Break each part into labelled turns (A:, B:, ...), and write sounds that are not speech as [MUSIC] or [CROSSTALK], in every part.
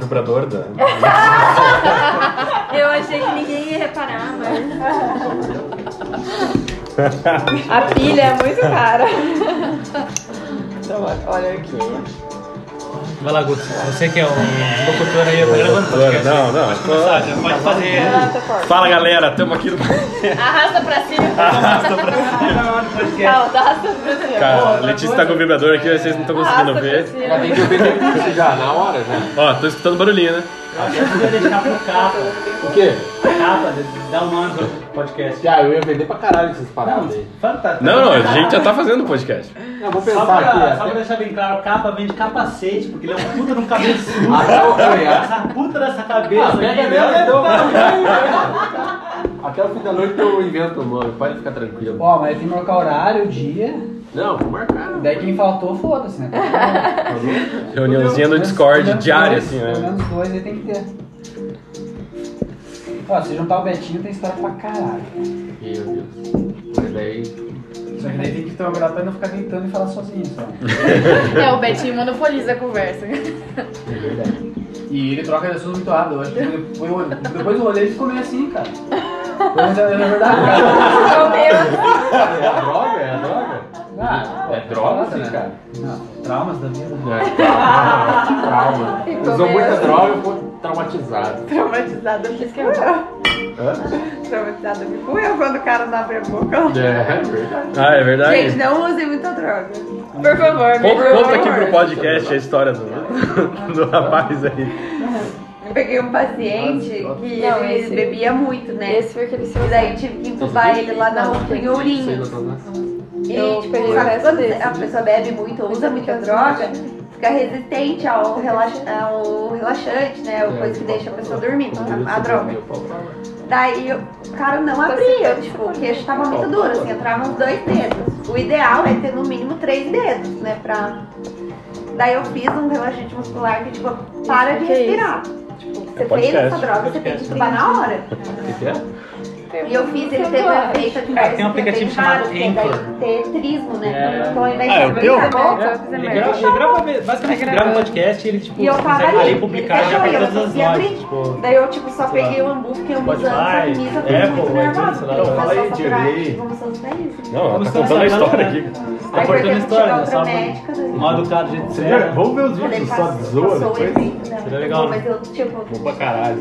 A: estuprador da.
B: Eu achei que ninguém ia reparar, mas.
C: A pilha é muito cara. Então, olha aqui.
D: Vai lá, Guto. Você que é o locutor aí, tá gravando podcast.
A: Não, não.
D: Pode começar, já pode fazer.
A: Fala galera, estamos aqui no.
C: Arrasta pra cima.
A: Arrasta pra cima.
E: Ah,
C: Calma,
E: tá
C: arrasta pra
E: assim,
C: cima.
A: Cara, a Letícia tá com o vibrador aqui, vocês não estão conseguindo
C: Arrasta pra
A: ver.
C: cima.
F: Já tem que ouvir isso já, na hora né? já.
A: Ó, tô escutando barulhinho, né?
D: Acho que podia deixar pro capa.
F: O quê?
D: Capa, dá um nome pro podcast.
F: Já, eu ia vender pra caralho essas paradas aí.
D: Fantástico.
A: Não, não, a gente já tá fazendo podcast.
F: Não, vou
D: Só
F: pensar
D: pra, só pra
F: aqui. é.
D: deixar bem claro, capa vem de capacete, porque ele é um puta de um
G: [LAUGHS]
D: cabeçudo.
G: Ah,
F: Até
G: tá,
F: o fim, é.
D: Essa puta dessa cabeça
F: Ah,
D: aqui,
F: pega
D: né?
F: mesmo, então. Até o fim da noite eu invento o nome, pode ficar tranquilo.
G: Ó, mas tem que marcar horário, dia.
F: Não, vou marcar.
G: Daí quem faltou, foda-se, né?
A: Reuniãozinha [LAUGHS] no Discord, diária, assim,
G: Pelo
A: né?
G: menos dois aí tem que ter. Ó, se juntar o Betinho tem história pra caralho.
F: Meu Deus. Mas daí.
G: Só que daí tem que ter uma grava pra não ficar gritando e falar sozinho só.
C: É, o Betinho monopoliza a conversa.
G: É verdade. E ele troca de assunto muito rápido. Eu acho que depois, depois do rolê ele ficou meio assim, cara. Mas é é verdade, cara.
C: Meu Deus.
F: É a droga? É a droga?
G: Ah,
F: É droga,
G: foda,
F: sim,
G: né?
F: cara.
G: Não, traumas da vida.
F: É, trauma. trauma.
C: Ficou
F: Usou muita
C: mesmo.
F: droga, eu fui traumatizado. [LAUGHS]
C: Traumatizada fico eu. Traumatizada fico eu quando o cara não abre a boca.
F: É, verdade.
A: Ah, é verdade?
C: Gente, não usem muita droga. Por favor,
A: Con-
C: por
A: Conta aqui
C: favor.
A: pro podcast a história do, [LAUGHS] do rapaz aí.
C: Eu peguei um paciente
A: Ah,
C: que
E: Não,
C: ele
E: esse-
C: bebia muito, né?
E: Esse foi aquele seu.
C: E daí tive que entubar ele lá na, em Ourinhos.
F: né?
C: E,
E: Eu
C: tipo,
E: peguei
C: sabe
E: o
C: quando
E: desse.
C: a pessoa bebe muito, usa muita droga, fica resistente ao, relaxa- ao relaxante, né?
A: É,
C: Ou coisa que
A: tipo,
C: deixa a pessoa dormindo,
F: Tá
C: a, a droga. Daí o cara não abria, tipo, o queixo tava muito duro, assim, entrava uns dois dedos. O ideal é ter no mínimo três dedos, né? Pra... Daí eu fiz um relaxante muscular que, tipo, para de
E: que é isso?
C: respirar. Tipo, você fez
A: podcast, né?
C: essa droga, você tem que entubar na hora.
A: é?
C: E eu fiz, ele teve um efeito adverso.
D: tem um aplicativo
C: que é bem raro,
D: chamado
C: que é
D: Anchor.
C: Tetrismo, né? Então, ao invés
A: Ah,
C: de
A: é o
C: abrir
A: teu?
C: a boca,
E: é,
D: Ele grava, ele grava- basicamente ele grava um podcast e ele tipo,
C: é E eu tava
D: consegue
C: ali,
D: publicar já
C: ele
D: pra
C: deixou
D: todas as
C: eu, eu não
D: vozes.
C: consegui
D: Tipo,
C: Daí eu, tipo, só
D: Sei lá. Tipo,
C: peguei o hambúrguer, fiquei
D: Spotify,
C: ambulando a camisa, eu fiquei
D: Apple,
C: muito
D: iTunes,
C: nervosa.
D: sei lá.
C: porque eu
A: Fala aí,
C: faço
A: Dirley.
C: faculdade, Vamos fazer tipo, isso.
A: Não, ela
D: Vamos
A: tá contando a
D: começar
A: história
D: agora,
A: aqui.
D: né?
C: Aí
D: tá
C: foi que
D: cortando a
C: eu
D: história, né?
C: tive outra
D: Só
C: médica, daí
D: mal educado do jeito que você era.
F: Vamos ver os
C: falei,
F: vídeos, só
C: passou,
F: zoa
C: passou o
F: depois.
C: efeito, né?
D: Seria legal,
C: Mas eu, tipo,
F: Pra caralho.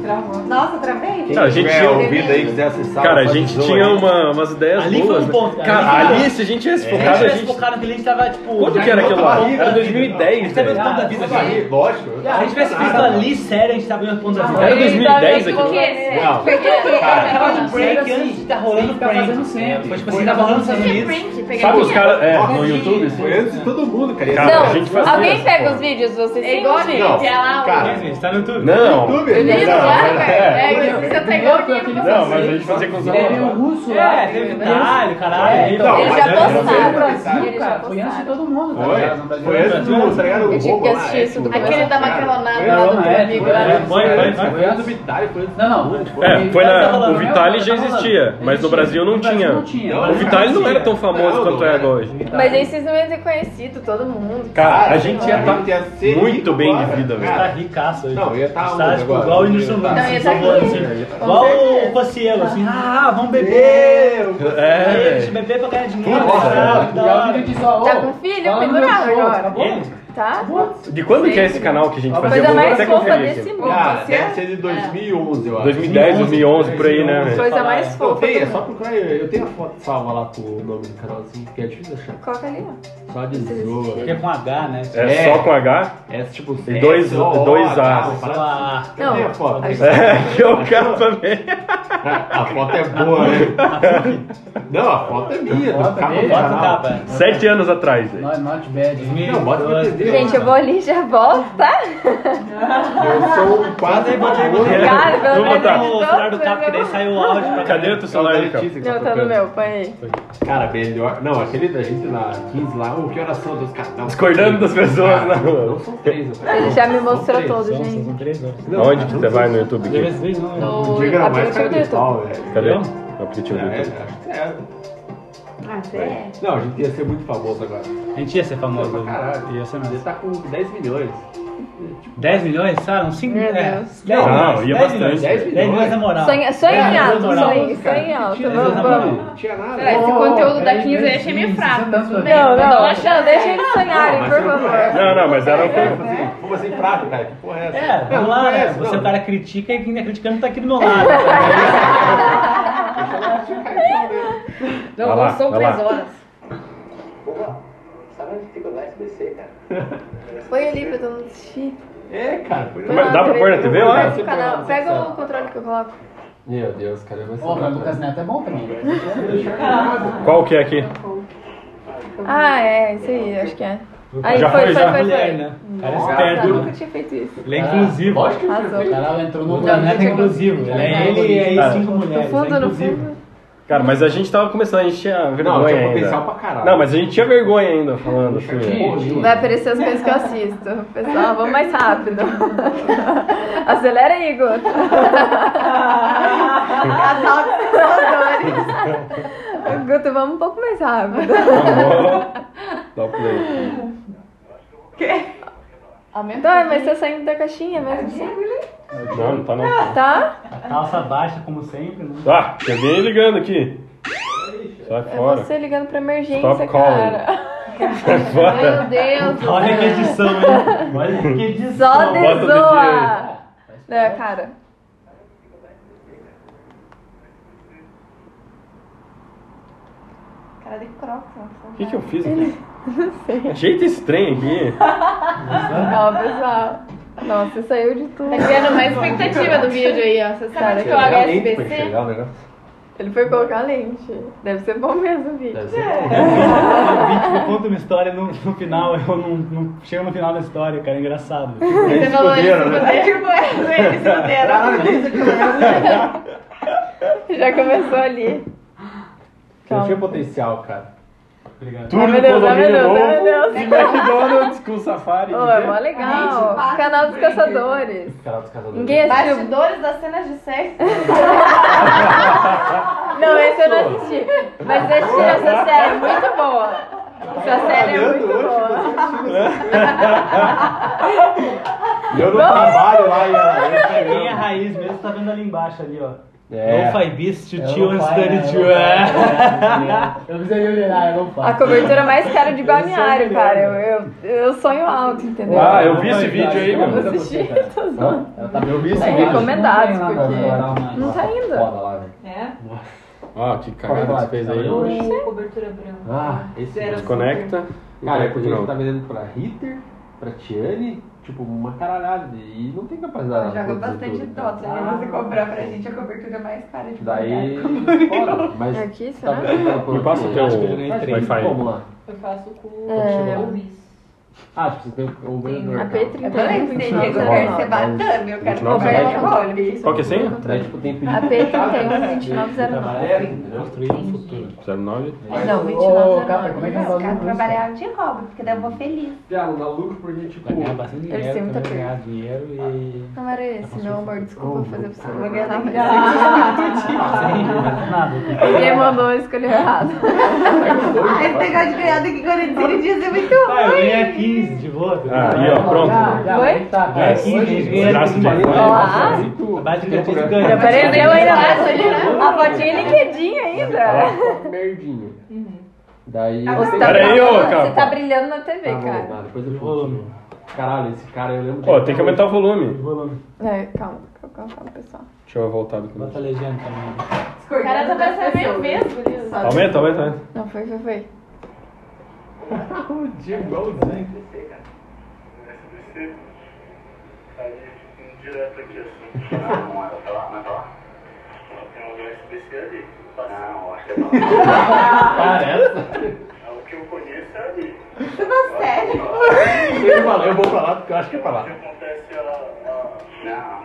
C: nossa, travei?
A: Não, a gente tinha- um-
F: quiser acessar.
A: Cara, a
F: faz
A: gente
F: zoa
A: tinha
F: aí.
A: uma- umas ideias
D: Ali foi
A: boas.
D: um
A: né?
D: ponto,
A: Cara,
D: ali-
A: ali se a gente tivesse
D: Se a
A: focado, a
D: gente tivesse
A: gente.
D: focado naquele, a gente tava tipo.
A: Quanto
D: já
A: que era
D: em
A: aquilo
D: outra
A: lá?
D: barriga,
A: Era
D: assim,
A: 2010,
D: né? Sabe
A: velho.
D: o ponto da vida, assim?
F: Lógico. eu
D: Se a gente tivesse feito ali sério, a gente tava em outro ponto da vida.
A: Era 2010
E: Ele tá
A: aquilo lá.
F: Não,
D: Cara, tava no break antes, tá rolando
G: Tá
D: prank.
G: fazendo sempre.
D: Foi tipo assim, tava rolando nos Estados Unidos.
A: Sabe os caras é, no YouTube? assim?
F: foi antes de todo mundo, cara. assim,
A: Cara,
E: Não,
A: a gente fazia
E: alguém
A: essa
E: pega
A: porra.
E: os vídeos, vocês
C: É
E: têm
C: igual
E: os
C: a gente,
E: vídeos?
C: é lá, ó.
A: Ah.
F: Cara,
D: Gente, tá no YouTube.
A: Não.
F: YouTube,
E: Eu vi
F: né?
E: isso lá,
F: Não,
E: velho. É, Você pegou
G: Aquele
E: aqui no
A: Não, mas a gente fazia com os
G: Teve o
A: alunos.
G: russo lá.
D: É, teve
G: né?
D: Itália,
A: É,
D: caralho. é
F: Então,
E: Eles
F: mas
E: já
F: era- era
E: postaram.
F: no Brasil,
E: Eles já
G: Cara, foi antes
E: postaram.
G: de todo mundo, tá ligado?
F: Foi?
G: No Brasil.
F: Foi antes de todo mundo, tá ligado?
E: Eu tive
F: Roubo
E: que
F: lá,
E: assistir
F: é,
E: isso do
F: tipo,
E: Aquele da
F: cara.
E: macarronada
F: Foi
E: lá do
G: antes,
E: meu
G: né?
E: amigo.
G: Foi
E: lá.
G: antes.
D: Foi, foi, foi.
F: Foi antes do Vitale, foi antes do-
G: Não, não.
A: É, foi
D: Tá
A: na.
D: rolando,
A: O Vitali
G: né?
A: já
G: Tá rolando.
A: existia, mas no Brasil não
G: No Brasil
A: tinha.
G: não tinha.
A: O Vitali não era tão famoso
F: Não,
A: quanto
F: não
A: é
F: era.
A: hoje.
E: Mas aí vocês não iam ter conhecido todo mundo.
A: Cara, a gente ia tá-
F: Cara,
A: estar
F: ia ser
A: muito
F: rico
A: bem
F: agora,
A: de vida,
D: Você tá
F: cara.
D: ricaço hoje.
F: Não, ia tá
D: Você
F: onde
D: tipo,
F: agora?
D: igual o Whindersson
F: Não,
D: Nunes.
G: é
E: ia
D: assim,
E: tá
D: voando,
E: aqui.
D: assim. Igual o Cossielo, assim, ah, vamos beber.
F: Meu,
A: É,
D: Deixa
A: velho.
D: beber pra ganhar dinheiro.
F: Puta,
D: tal,
F: velho.
G: E aí
D: tal.
G: o vídeo diz, ó,
E: Tá
G: ô,
E: com filho
G: fala no meu
E: pendurado
G: show,
E: agora.
G: acabou?
D: Ele?
E: Tá?
A: De quando que é esse canal que a gente
G: Coisa
A: fazia? Eu
E: Coisa
A: vou
E: mais
A: até
E: fofa
A: conferir
E: desse
A: aqui.
E: mundo.
F: Cara,
E: você
F: deve ser de 2011, eu acho.
A: 2010, 2011, por aí, né? velho?
E: Coisa mais
F: Não,
E: fofa.
F: tem, é
E: do
F: só
E: mundo.
F: procurar. Eu eu tenho a foto salva lá com o nome do canal, assim, porque é difícil achar.
E: Coloca ali, ó.
F: Só de zoa.
D: Porque é com H, né?
A: É só com H?
F: É tipo
A: E dois- dois As.
D: Só a-
E: Não.
F: tá, Cadê a foto?
A: [LAUGHS] É, que é o capa mesmo.
F: [LAUGHS] A foto é boa, né? Não, a foto é minha.
G: A foto
F: do capa
G: dele,
F: do
D: Bota o
F: canal.
D: capa. né?
A: Sete anos atrás, velho.
G: Not, not bad.
F: Não, bota pra entender.
E: Gente, eu vou ali e já volto, tá?
F: Eu sou um quase
D: bota aí, bota aí.
E: Cara,
F: Cara,
E: pelo
A: Vou
E: menos
A: botar.
E: eu
D: O
E: tô,
D: celular do
E: foi
D: capa, que daí
E: meu.
D: saiu o áudio pra
A: Cadê o
D: caramba.
A: teu celular aí, capa?
F: Letícia que
E: Não, tá
F: tocando.
E: no meu, põe aí.
F: Cara, melhor. Não, aquele da gente lá, 15 lá, o que horas são dos caras? Não, Ah,
A: Discordando das pessoas né? na
F: não,
A: rua.
F: não são três.
E: Ele já me mostrou todo,
D: São-
E: gente.
D: são três horas.
A: Onde que você vai no YouTube? Gui?
E: No
F: O Diego era mais cara
E: aplicativo do
F: de
E: YouTube.
F: pau, velho.
A: Cadê? É
D: Eu?
A: O aplicativo do YouTube.
F: É, é.
C: Ah, você é.
F: Não, a gente ia ser muito famoso agora.
D: A gente ia ser famoso.
F: Pra caralho.
D: Ia ser
F: Você
D: mesmo.
F: tá com 10 milhões.
D: 10 milhões, sabe? Uns 5
E: Meu
D: milhões. É,
E: Deus.
D: 10 milhões.
A: Não, ia
D: 10
A: bastante.
D: milhões.
F: 10
D: 10 milhões
F: milhões.
D: na moral.
E: Sonha, sonha
D: É,
E: em alto,
D: moral.
E: sonha, sonha em alto.
D: Tira
E: Vamos,
D: essa
E: vamos.
D: moral.
F: tinha nada.
E: Peraí, esse conteúdo da 15 eu achei meio fraco. Tudo bem, não, não, é deixa eles sonharem, por favor.
A: Não, não, mas era um
F: Como assim? Como assim, fraco, cara? Que porra é essa?
D: É, vamos
F: não
D: lá, né?
F: conheço,
D: Você
F: não.
D: o cara critica e quem tá criticando tá aqui do meu lado.
E: [LAUGHS]
D: sabe?
A: Não, Vai lá, são vai três lá.
E: horas.
H: Sabe onde fica o SBC, cara?
E: [LAUGHS] Põe ali pra todo mundo assistir.
F: É, cara. foi-
E: Põe
A: Mas
E: lá
A: dá
E: na
A: pra pôr na TV lá?
E: Põe no canal. Pega o controle que eu coloco.
F: Meu Deus, cara, vai ser.
G: Ô, mas o Lucas Neto é bom também.
A: Qual que é aqui?
E: Ah, é, isso aí, acho que é. Aí
A: Já
E: foi,
A: foi,
E: foi,
A: já.
E: foi,
D: Mulher,
E: foi.
D: né? O cara é
E: Nossa,
D: esperto.
E: nunca tinha feito isso.
D: Ele é inclusivo.
F: Lógico que
A: É,
E: Arrasou.
G: O cara entrou
D: O
G: no
D: Neto é inclusivo. Ele é ele e
A: Tá.
D: aí cinco mulheres.
E: No fundo,
D: é
E: no
D: inclusivo.
E: fundo.
A: Cara, mas a gente tava começando, a gente tinha vergonha
F: Não, tinha
A: ainda.
F: potencial pra caralho.
A: Não, mas a gente tinha vergonha ainda falando assim.
F: Porra,
E: Vai aparecer as coisas que eu assisto. Pessoal, vamos mais [LAUGHS] rápido. Acelera aí, Igor. [LAUGHS]
C: Casal de pessoas
E: Guto, vamos um pouco mais rápido.
A: Tá bom. Dá o play.
E: Aumentou, mas tá saindo da caixinha
C: assim.
E: mesmo.
A: Não, não tá não.
E: Tá?
D: Calça baixa, como
E: [LAUGHS]
D: sempre. né?
A: Ah, tem alguém ligando aqui. Sai
E: É
A: fora.
E: você ligando pra emergência,
A: Stop calling.
E: cara.
A: Sai
E: Meu
B: [LAUGHS]
A: fora.
E: Deus.
D: Olha que edição, hein? Olha que edição.
E: Só
A: Bota o
E: desoa. Não, cara. [LAUGHS]
C: Cara de croca.
A: O que, que eu fiz aqui? Ajeita esse trem
E: Tá
A: aqui.
E: Ó, pessoal. Nossa, saiu de tudo.
B: Tá Criando mais expectativa do vídeo aí, ó. Você sabe
E: Então,
B: que o HSBC.
F: o negócio.
E: Ele foi colocar lente. Deve ser bom mesmo o vídeo.
F: Deve ser.
D: O Vítio conta uma história no, no final, eu não, não chego no final da história, cara, é engraçado.
B: Você falou isso,
F: né?
B: né?
C: Tipo, [LAUGHS] eles
D: Tá,
C: se fuderam.
D: né?
E: Já começou ali. Então.
F: Não tinha potencial, cara.
D: Obrigado.
A: Tudo
E: Ai, meu
A: no
E: Deus, ai, meu
A: condomínio
E: Deus, ai,
A: novo.
E: meu Deus.
A: E McDonald's com safari.
E: Ô, é mó legal.
C: Gente,
E: Canal dos Caçadores.
F: Canal dos casadores.
E: Ninguém assistiu.
B: Bastidores das cenas de sexo.
E: [LAUGHS] Não, esse eu não assisti. Mas eu assisti essa série, é muito boa.
A: Tá
E: Essa série é muito boa. [LAUGHS]
F: Eu não trabalho lá e
D: Quem é
F: ela.
D: raiz mesmo tá vendo ali embaixo ali, ó.
F: É.
D: No Five Beast, Tio
G: Eu
D: Tio
G: não faço, eu não
D: É.
G: Eu precisei olhar, eu não
A: tá
E: A
G: faço.
E: cobertura mais cara
A: é
E: de balneário, cara.
A: né?
E: Eu, eu, eu sonho alto, entendeu?
A: Ah, eu vi esse vídeo aí,
E: Eu
A: meu.
E: assisti. tô zoando.
G: Ela tá meio
E: Tá
A: é
G: bicho.
E: recomendado, porque...
G: Não
E: Não tá indo.
F: Foda lá, né? velho.
B: É.
A: Ó, que cagada que você fez aí.
B: Cobertura branca.
F: Ah, tá esse é.
A: Desconecta. e vai
F: Cara, é eu
A: pro
F: podia
A: final.
F: estar tá vendendo pra Ritter, pra Tiane, tipo, uma caralhada. E não tem
D: Tá,
F: capacidade.
C: Joga
F: de produzir
C: bastante
F: tudo, cara.
C: Dota, né? Você cobrar pra gente a cobertura é mais cara
E: [LAUGHS]
C: de
F: Daí.
C: balneário.
F: Fora, mas.
E: É aqui, será?
F: tá pensando por-
A: Me passa o teu
F: Acho que eu ganhei três.
A: Wi-Fi.
F: Vamos lá.
B: Eu faço com
E: É.
B: o Luiz.
F: Ah, tipo, você tem o o vendedor.
E: A
F: cara.
A: É
C: Eu
E: P31
C: também sei
E: tem
C: que eu quero ser batame, eu quero
A: Não,
C: comprar
A: vai.
C: alcoólico.
A: Qual que é a senha?
F: Daí, tipo, tem pedido.
E: A P31 2909.
F: Trabalha, entendeu?
D: Construir um futuro.
A: 09.
E: Não,
G: Ô,
E: 2909.
G: cara, como é que é
C: Não, eu
G: o
C: quero trabalhar de roubo, porque daí eu vou feliz.
F: Piada, dá lucro porque, tipo.
D: Vai ganhar bastante
E: Eles têm
D: dinheiro,
E: muita
D: também vai ganhar dinheiro e...
E: Não era
A: Tá
E: esse, meu amor. Desculpa fazer pra você.
C: Vou ganhar dinheiro.
D: Sem nada.
E: Ninguém mandou escolher errado.
C: Ah, esse negócio de ganhar do que Gorenzini diz é muito
D: Ah, eu
C: ruim.
D: ganhei 15 de né? volta.
A: Aí, ó, pronto.
E: Oi?
D: Ganhei 15, ganhei
A: Graças a
D: 15.
A: Deus.
E: Olá.
F: Muito.
D: Base de notícias
E: Já
D: ganha.
E: apareceu ainda mais. né? A fotinha liquidinha
A: Tá
E: ainda.
F: Merdinho. Daí.
E: Uhum. Você tá,
A: Pera aí, ô,
E: brilhando-
A: capa.
E: você tá brilhando na TV,
F: Tá bom,
E: cara.
F: tá, depois eu vou. Caralho, esse cara eu lembro.
A: Ó, tem que aumentar o volume.
D: Volume.
F: tá.
E: É, calma, calma, calma, calma, pessoal.
A: Deixa eu voltar do começo.
D: Bota a legenda também.
B: O cara tá parecendo meio mesmo,
E: né?
A: Aumenta, aumenta, aumenta.
E: Não, foi, foi, foi.
F: o dia igualzinho.
H: SBC, cara. No SBC. Aí, direto aqui, assim. Não, ela tá lá, não tá lá. Tem um SBC ali. Não, acho que é pra lá.
F: Parece.
H: O que eu conheço é ali.
C: Tudo sério.
F: Ele fala, eu vou pra lá porque eu acho que é pra
H: O que
F: lá.
H: acontece é a... Não.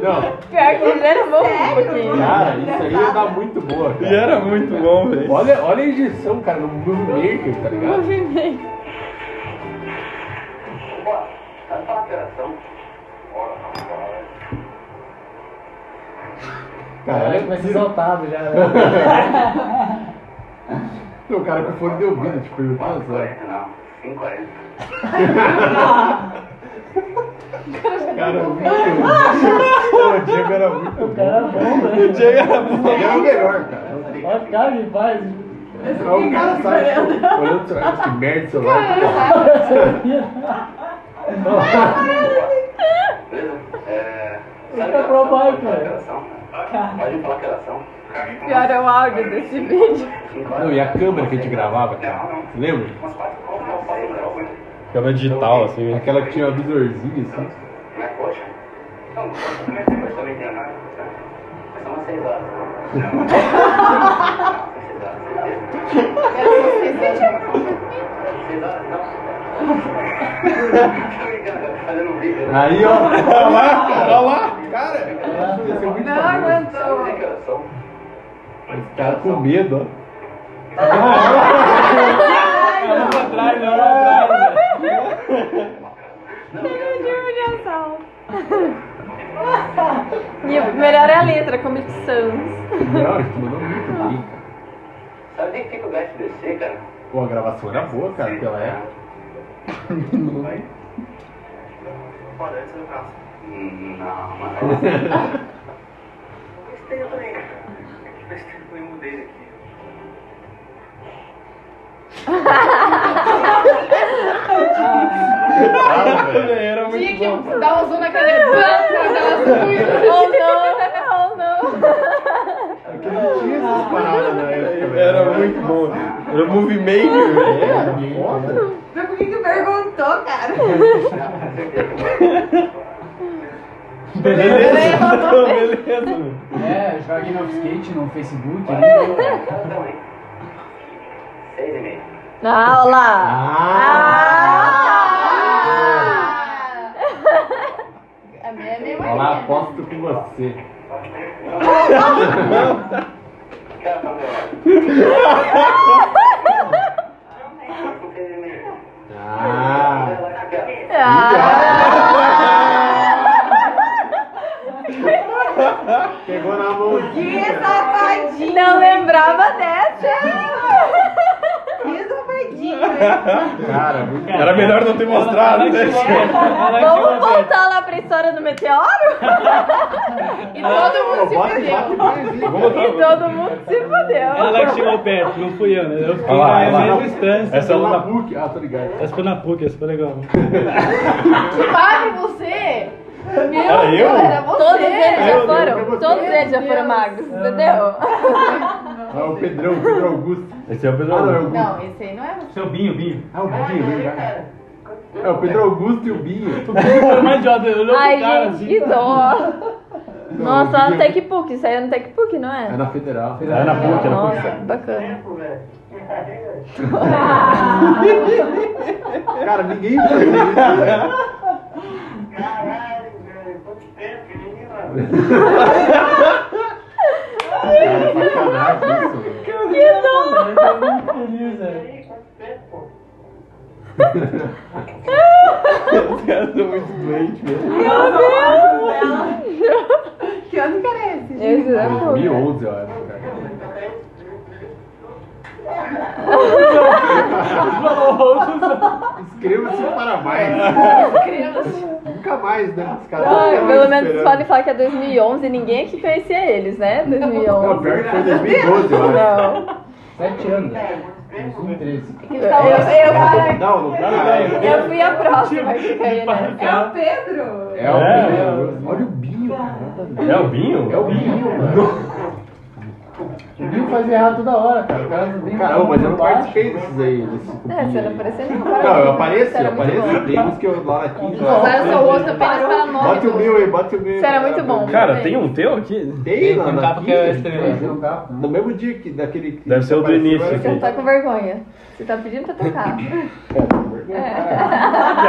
F: Não,
E: Pior que ele era bom um pouquinho.
F: cara, isso aí dá muito boa. Cara.
A: E era muito bom, velho.
F: Olha, olha a injeção, cara, no Movie Maker, tá ligado?
H: Bora. Tá na operação. Bora, bora.
F: Cara, olha
G: Vai
F: como é
G: ser
F: que
G: soltado já. né?
F: o cara com fone de ouvido, tipo, ele tá usando.
H: 50.
F: Cara, muito bom. O Diego era muito bom.
D: Cara, bom,
F: O
D: velho.
F: Diego era bom. é o melhor, cara. Não tem-
D: Olha o cara que faz.
F: Aí o cara sai tipo, olhando pro celular, que merda o celular. tá
H: Beleza? É.
D: Tem que aprovar aí,
H: Pode falar que
D: cara.
H: era ação, né? Pode falar que era ação.
E: Pior é o áudio desse vídeo.
H: Cinco horas.
F: Não, e a câmera que a gente gravava, cara. Você lembra?
H: Umas quatro compras, eu faço pra você.
A: Câmera digital, assim. né?
F: Aquela que tinha uma visorzinha, assim.
H: Não é coxa? Não, coxa também tem, mas também tem nada. São umas seis horas. Não. Não, são seis horas, certeza. Seis horas, não. Fazendo um vídeo, né?
F: Aí, ó. Olha lá, cara. Olha lá. Cara, ia ser muito
E: Não
F: famoso.
E: aguentou.
H: Sabe o que era ação?
F: Esse cara com medo, ó.
D: Não pra trás, não pra trás. velho.
E: E o melhor é a letra, Comic Sans.
F: Não, ele mandou muito bem, cara.
H: Sabe nem o que que eu gosto de descer, cara?
F: Pô, a gravação era boa, cara, é- pela época.
H: Vai? Pode, antes do próximo. Não, mas. Besteira também. Que besteira que eu mudei aqui.
F: Era
B: Tinha que dar uma zoom
E: é
B: na cadeira. Bam, aquelas ruínas.
E: Ou Oh, não, ou não.
F: tinha essas paradas né? na época, velho.
A: Era muito bom. Era um movie maker, velho.
F: Era foda.
C: Mas por que que perguntou, cara?
E: É.
A: Beleza, Ah, beleza. meu.
G: É, jogar Game of Skate no Facebook. ali.
H: Seis e meio.
E: Ah, olha lá. Ah.
F: Ah!
B: A minha é meio
F: Olha lá,
B: marinha.
F: aposto com você.
H: Quero fazer uma. Seis e meio.
F: Ah! Pegou na
C: Que
F: mãozinha.
C: safadinho!
E: Não lembrava dessa, hein?
C: Que safadinho, né?
F: Cara, muito
A: Era melhor não ter mostrado, né?
E: Vamos voltar lá pra história do meteoro?
B: E todo mundo se
F: Bota e bate
B: perdeu.
F: mais, hein?
A: Vamos
E: E
A: voltar.
E: todo mundo se fudeu.
D: Ela que chegou perto, não fui eu, né? Eu fiquei
A: Olha lá,
D: na
A: olha lá.
D: mesma instância.
A: Essa é
F: Pela
A: uma-
F: PUC. Ah, tô ligado.
D: Essa foi na PUC, essa foi legal.
B: Que padre você? Meu,
A: Era eu?
B: Era você.
C: é
E: Todos eles já
F: Eu, eu,
E: foram,
F: eu, eu,
E: todos
F: eu.
E: eles já foram
D: É.
E: magros, entendeu?
F: Ah, o Pedrão, o Pedro Augusto.
A: Esse é o
F: Ah, não, é o
A: pessoal.
F: Augusto.
B: Não, esse aí não é você.
D: Seu Binho, Binho.
F: Ah, o Binho, verdade. É, o Pedro Augusto e o Binho.
D: O Binho foi mais idiota, eu olhou pro cara
E: Ai, gente,
D: assim.
E: que dó. Nossa, lá no
F: até que.
E: TecPuc, isso aí é no TecPuc, não
F: É
E: é?
F: na Federal.
A: É na PUC, é na PUC.
E: Nossa, que bacana.
F: Cara, ninguém faz isso, velho.
H: Caralho, velho. Quanto tempo, menina?
F: Cara, sacanagem isso, velho.
D: Eu tô muito feliz, né? velho.
H: Quanto tempo?
A: Os caras são é muito doentes, velho.
C: Que ano que era esse?
E: Esse é o TecPuc.
F: 2011, eu acho,
G: [LAUGHS]
F: cara. Inscreva-se assim para mais. Nunca mais, né? Os caras
E: Ai,
F: ficam
E: pelo
F: esperando.
E: menos podem falar que é 2011 ninguém aqui conhecia eles, né?
F: Não,
E: 2011.
F: pior é que foi 2012, eu acho.
E: Não. É
G: Sete anos.
C: É.
G: 2013.
E: Eu, eu,
F: Não, não dá nada.
E: eu fui a próxima que caiu né? nessa.
C: É o Pedro!
F: É
A: É,
F: o Binho. Olha o Binho, cara.
A: É o Binho?
F: É o Binho, mano.
G: O Bill faz errado toda hora, cara. O cara vem
F: Caramba, mas eu não
G: baixo.
F: participei desses aí. Desse
E: É, você não
F: apareceu.
E: apareceu não.
F: Não, eu apareço, eu
E: era muito
F: apareço. Tem uns que eu lá na quinta.
B: Usaram
F: lá.
B: seu rosto apenas para nome.
F: Bota o
B: do-
F: meu aí, bota o meu.
E: Isso era muito bom.
A: Cara, tem um teu aqui?
F: Tem lá
D: Tem um
F: na
D: capa que é
F: quinta.
D: estrela.
F: No mesmo dia que daquele. que
A: Deve ser o do
F: apareceu,
A: início
F: era
A: aqui.
E: Você não tá com vergonha. Você tá pedindo pra tocar.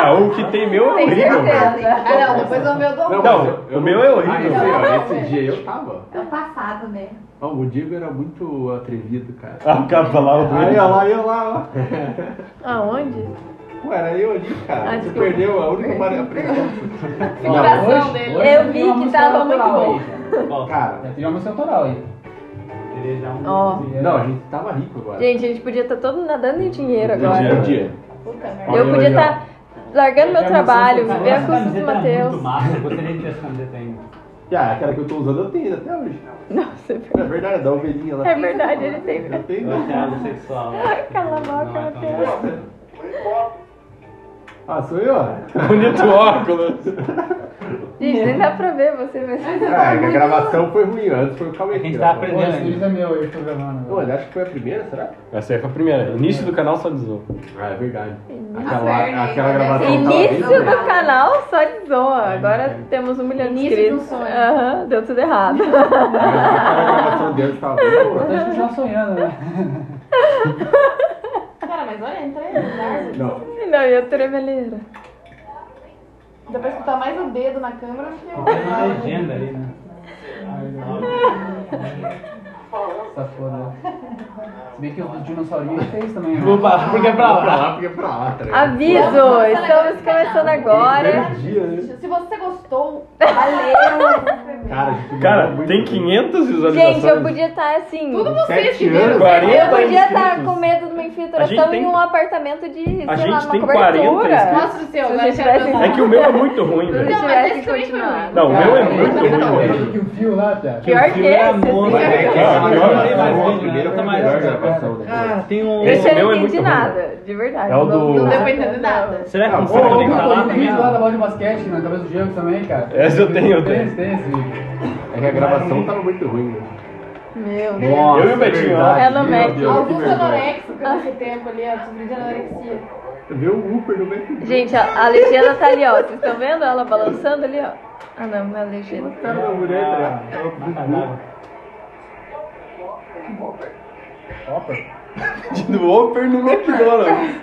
A: Ah, o que tem meu é
E: Tem
A: horrível, velho.
E: certeza.
B: Ah, não, depois eu ver o do
A: Não,
F: mas
A: o meu é horrível.
F: Ah, eu sei, ó, esse dia eu tava.
C: É o passado, né?
F: Ó, o Diego era muito atrevido, cara.
A: Ah, o cara tá lá, o
F: Aí, ó
A: doente.
F: lá, eu lá, ó.
E: Aonde?
F: Pô, era eu ali, cara.
E: Ah,
F: Você
E: desculpa.
F: perdeu a única mara- a presença.
E: Figuração
G: hoje-
E: dele.
G: hoje
E: Eu
G: tem uma
E: vi que
G: música
E: tava muito
G: autoral
E: bom.
G: aí. Já
F: Cara,
G: tem uma música autoral aí.
E: Ó.
F: não, a gente tava rico agora.
E: Gente, a gente podia estar tá todo nadando em dinheiro agora.
A: Dinheiro.
F: Podia.
B: Puta merda.
F: Olha
E: Eu podia
F: aí, ó.
E: estar largando meu trabalho, viver a custa do
D: camiseta era
E: Matheus.
D: muito massa, eu gostaria de ter essa camiseta ainda.
F: Ah, aquela que eu tô usando eu tenho até hoje.
E: Nossa,
F: É verdade, é da ovelhinha lá.
E: é verdade, ele tem
F: Eu tenho. né?
D: Baseado é sexual.
E: [LAUGHS] Cala a boca,
D: Não é tão
E: Matheus.
D: legal.
F: Ah, sou eu? Bonito óculos.
E: Gente, nem dá pra ver você, mas você tá
F: É, que a
E: muito...
F: gravação foi ruim, antes foi o Cauê
D: A
F: que
D: gente tá
F: gravou.
D: aprendendo ainda.
G: é meu, eu tô gravando.
F: Pô, ele acha que foi a primeira, será?
A: Essa aí foi a primeira. Início do canal só desou.
F: Ah, é verdade.
C: Fernanda,
F: Aquela, aquela gravação tava bem né?
E: Início
F: ruim.
E: do canal só de zoa. Agora temos um milhão de
B: Início de um
E: inscritos.
B: sonho.
E: Aham, deu tudo errado. [LAUGHS]
F: Aquela gravação dele tava bem boa.
G: Acho
D: tá
G: que já sonhando, né?
B: Cara, mas olha, entra aí no árvore.
F: Não,
E: Não, e a tremeleira.
B: Dá pra escutar mais o dedo na câmera do que
D: Tem uma
B: o.
D: legenda ali, né?
G: Safona. Se bem que o dinossaurinho fez também. né?
D: Vou pra- porque é pra
F: pra
D: lá.
F: lá, porque é pra lá, tá ligado?
E: Aviso! Estamos começando agora.
F: Dia, né?
B: Se você gostou, valeu!
F: Cara, a gente
A: Cara,
F: mandou
A: tem
F: muito bem.
A: 500 visualizações.
E: Gente, eu podia estar assim.
B: Tudo vocês
F: Sete
B: que viram.
F: anos.
E: Eu
A: 40
E: podia estar
A: inscritos.
E: com medo de uma
A: A gente
E: infiltração
A: tem-
E: em um apartamento de, sei
A: A
E: lá,
A: gente
E: uma
A: tem 40
E: cobertura.
A: inscritos.
B: Mostra o seu,
E: Se
B: agora eu
E: você
B: quero
E: tivesse-
A: É
B: dançar.
A: que o meu é muito ruim, velho.
B: Não, mas esse também foi ruim.
A: Não, o meu é
F: Cara,
A: muito
F: eu não
A: ruim,
F: lembro
A: velho.
F: que
G: o fio lá, é Pia.
E: Pior que
D: Filme é
E: esse,
D: muito-
F: Mas é que
A: Ah,
F: essa
A: pior,
F: gravação, é
D: mais
F: a primeira
D: né?
F: foi a
D: Mais
F: melhor
D: né?
F: gravação dele.
C: Ah.
D: Cara, tem um.
A: Esse
E: eu
A: meu
E: não
A: é
E: entendi
A: muito ruim.
E: nada, de verdade.
A: É o do-
B: Não
E: vi
B: deu
E: nada.
B: pra entender nada.
D: Será que
F: Ah,
D: consegue
F: ô, ô,
D: conectar lá
F: ô, ô,
G: Tem
D: também?
G: vídeo lá da bola de basquete, na cabeça do Diego também, cara.
A: Essa eu tenho, eu tenho.
G: Tem, tem esse vídeo.
F: É que a gravação tava muito ruim, né?
E: Meu Deus.
F: Nossa,
A: Eu e o Betinho,
E: ó.
F: verdade,
E: Ela
F: meu
E: mete.
F: Deus, que
B: Augusto
F: vergonha.
B: anorexico nesse tempo ali, ó, descobrindo anorexia.
F: Viu o Uber no meio
E: Gente, a, a legenda tá ali, ó. Vocês estão vendo ela balançando ali, ó? Ah, não, não é a legenda.
F: do cara da mulher, tá ligado? Ela
A: Do Whopper no McDonald's.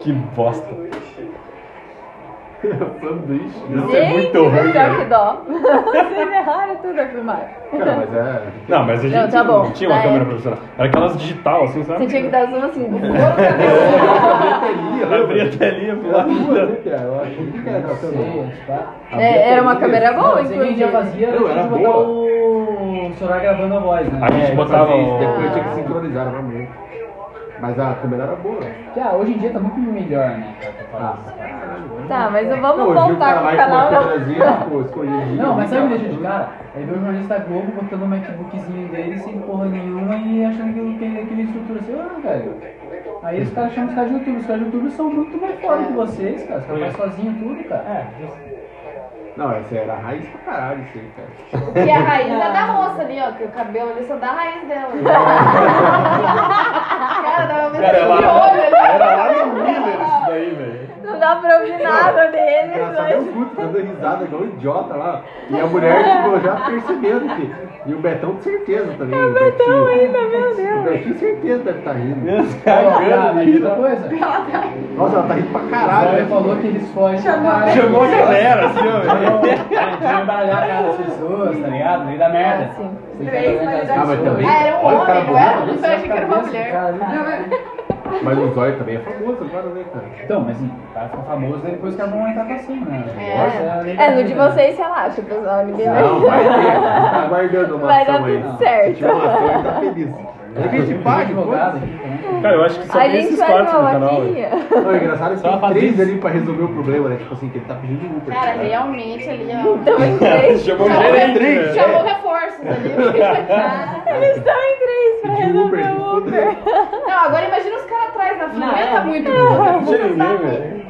A: Que bosta.
F: pediu [LAUGHS] sanduíche.
A: Isso é
E: Gente, tá.
A: muito ruim,
E: pior que
A: velho.
E: dó. Vocês erraram tudo a filmar.
F: Cara, mas é...
A: Não, mas a gente
E: Não, tá bom.
A: não tinha uma
E: Vai.
A: câmera profissional. Era aquelas digital, assim,
E: Você
A: sabe?
E: tinha que dar zoom assim, do couro pra ver.
F: né,
A: Ela abria a telinha pro
F: Era
A: lado.
F: duas, né, Pia? Eu acho que era
G: Não
F: gravação,
G: sei,
F: né?
G: acho que tá.
E: É, era uma câmera boa,
G: Não, sei quem já
E: inclusive.
G: fazia era
F: Não,
G: a
F: era
G: gente botar
F: boa.
G: o celular gravando a voz, né?
A: A gente
F: É,
A: botava
F: fazia isso,
A: o-
F: Depois tinha que sincronizar era uma merda. Mas a câmera era boa. né?
G: Que, ah, hoje em dia tá muito melhor, né? cara, pra falar isso.
E: Tá, mas não
F: Não,
E: vamos
F: hoje o
E: voltar
F: cara
E: com o
F: vai com uma
E: canal, não.
A: assim.
F: câmerazinha, pô, tá escondidinha.
G: Não, mas sabe o que deixa de cara? É ver o jornalista da Globo botando o MacBookzinho dele sem porra nenhuma e achando que ele tem aquele estrutura assim, ah, velho. Aí os caras chamam os caras de YouTube, os caras de YouTube são muito mais foda que vocês, cara. Os caras fazem sozinho tudo, cara.
F: Não, essa era a raiz pra caralho isso aí, cara.
B: Que a raiz é da moça ali, ó, que o cabelo ali só dá a raiz dela. Cara, dá
A: Cara,
B: uma mensagem de
A: ela-
B: olho ali.
A: era lá no Miller isso daí, velho.
B: um-
E: Não dá pra ouvir nada deles,
F: Engraçado é
E: mas...
F: o Guto dando risada igual um idiota lá. E
E: [LAUGHS]
F: a mulher, tipo, já percebendo que. E o Betão, com certeza também.
E: É
F: o Betão ainda, meu Deus. O Betinho, certeza, deve estar rindo.
A: Cagando de
G: outra
A: rir.
G: coisa.
F: Nossa, ela tá rindo pra
G: O
F: caralho.
G: cara
F: né?
G: falou que eles fogem.
A: Chamou a galera, assim, ó, velho.
G: Vai embaralhar a cara das pessoas, tá ligado? No meio da
A: É.
E: É,
G: merda.
C: Três
F: Ah, mas também.
B: Ah, era um
F: Olha o cara
B: homem, não era?
F: bonito.
B: Eu
G: é
B: achei que era uma mulher.
G: né?
F: Mas o Zóio também é famoso agora, né, cara?
G: Então, mas assim, o cara fica famoso, daí depois os caras vão entrar com assim, né?
E: É, é, no de vocês relaxa, pessoal, ninguém
F: Não, vai ter. Tá guardando uma
E: É. Vai dar
F: ação aí.
E: tudo
F: Se tiver uma ação, ele tá feliz.
D: É.
F: Ele fez de
G: Pai,
F: página, pô.
G: advogado aqui também.
A: Cara, eu acho que só
E: A
A: tem
E: gente
A: esses
E: faz
A: quatro no
E: uma
A: canal, velho.
E: vaquinha. [LAUGHS]
F: Não, engraçado é que
D: Só
F: tem
D: faz
F: três
D: isso.
F: ali pra resolver o problema, né? Tipo assim, que ele tá pedindo um Uber.
B: Cara,
F: né?
E: é
B: realmente ali, ó.
E: Estamos em [LAUGHS] três.
A: [LAUGHS] Chamou o gerente, velho.
B: Chamou reforços ali.
E: Eles estão em três pra
F: De Uber,
E: resolver
F: de
E: o
F: foder.
E: Uber.
B: Não, agora imagina os caras atrás na fila. Não,
C: é.
B: tá muito.
A: Não tinha ninguém, velho.
F: né,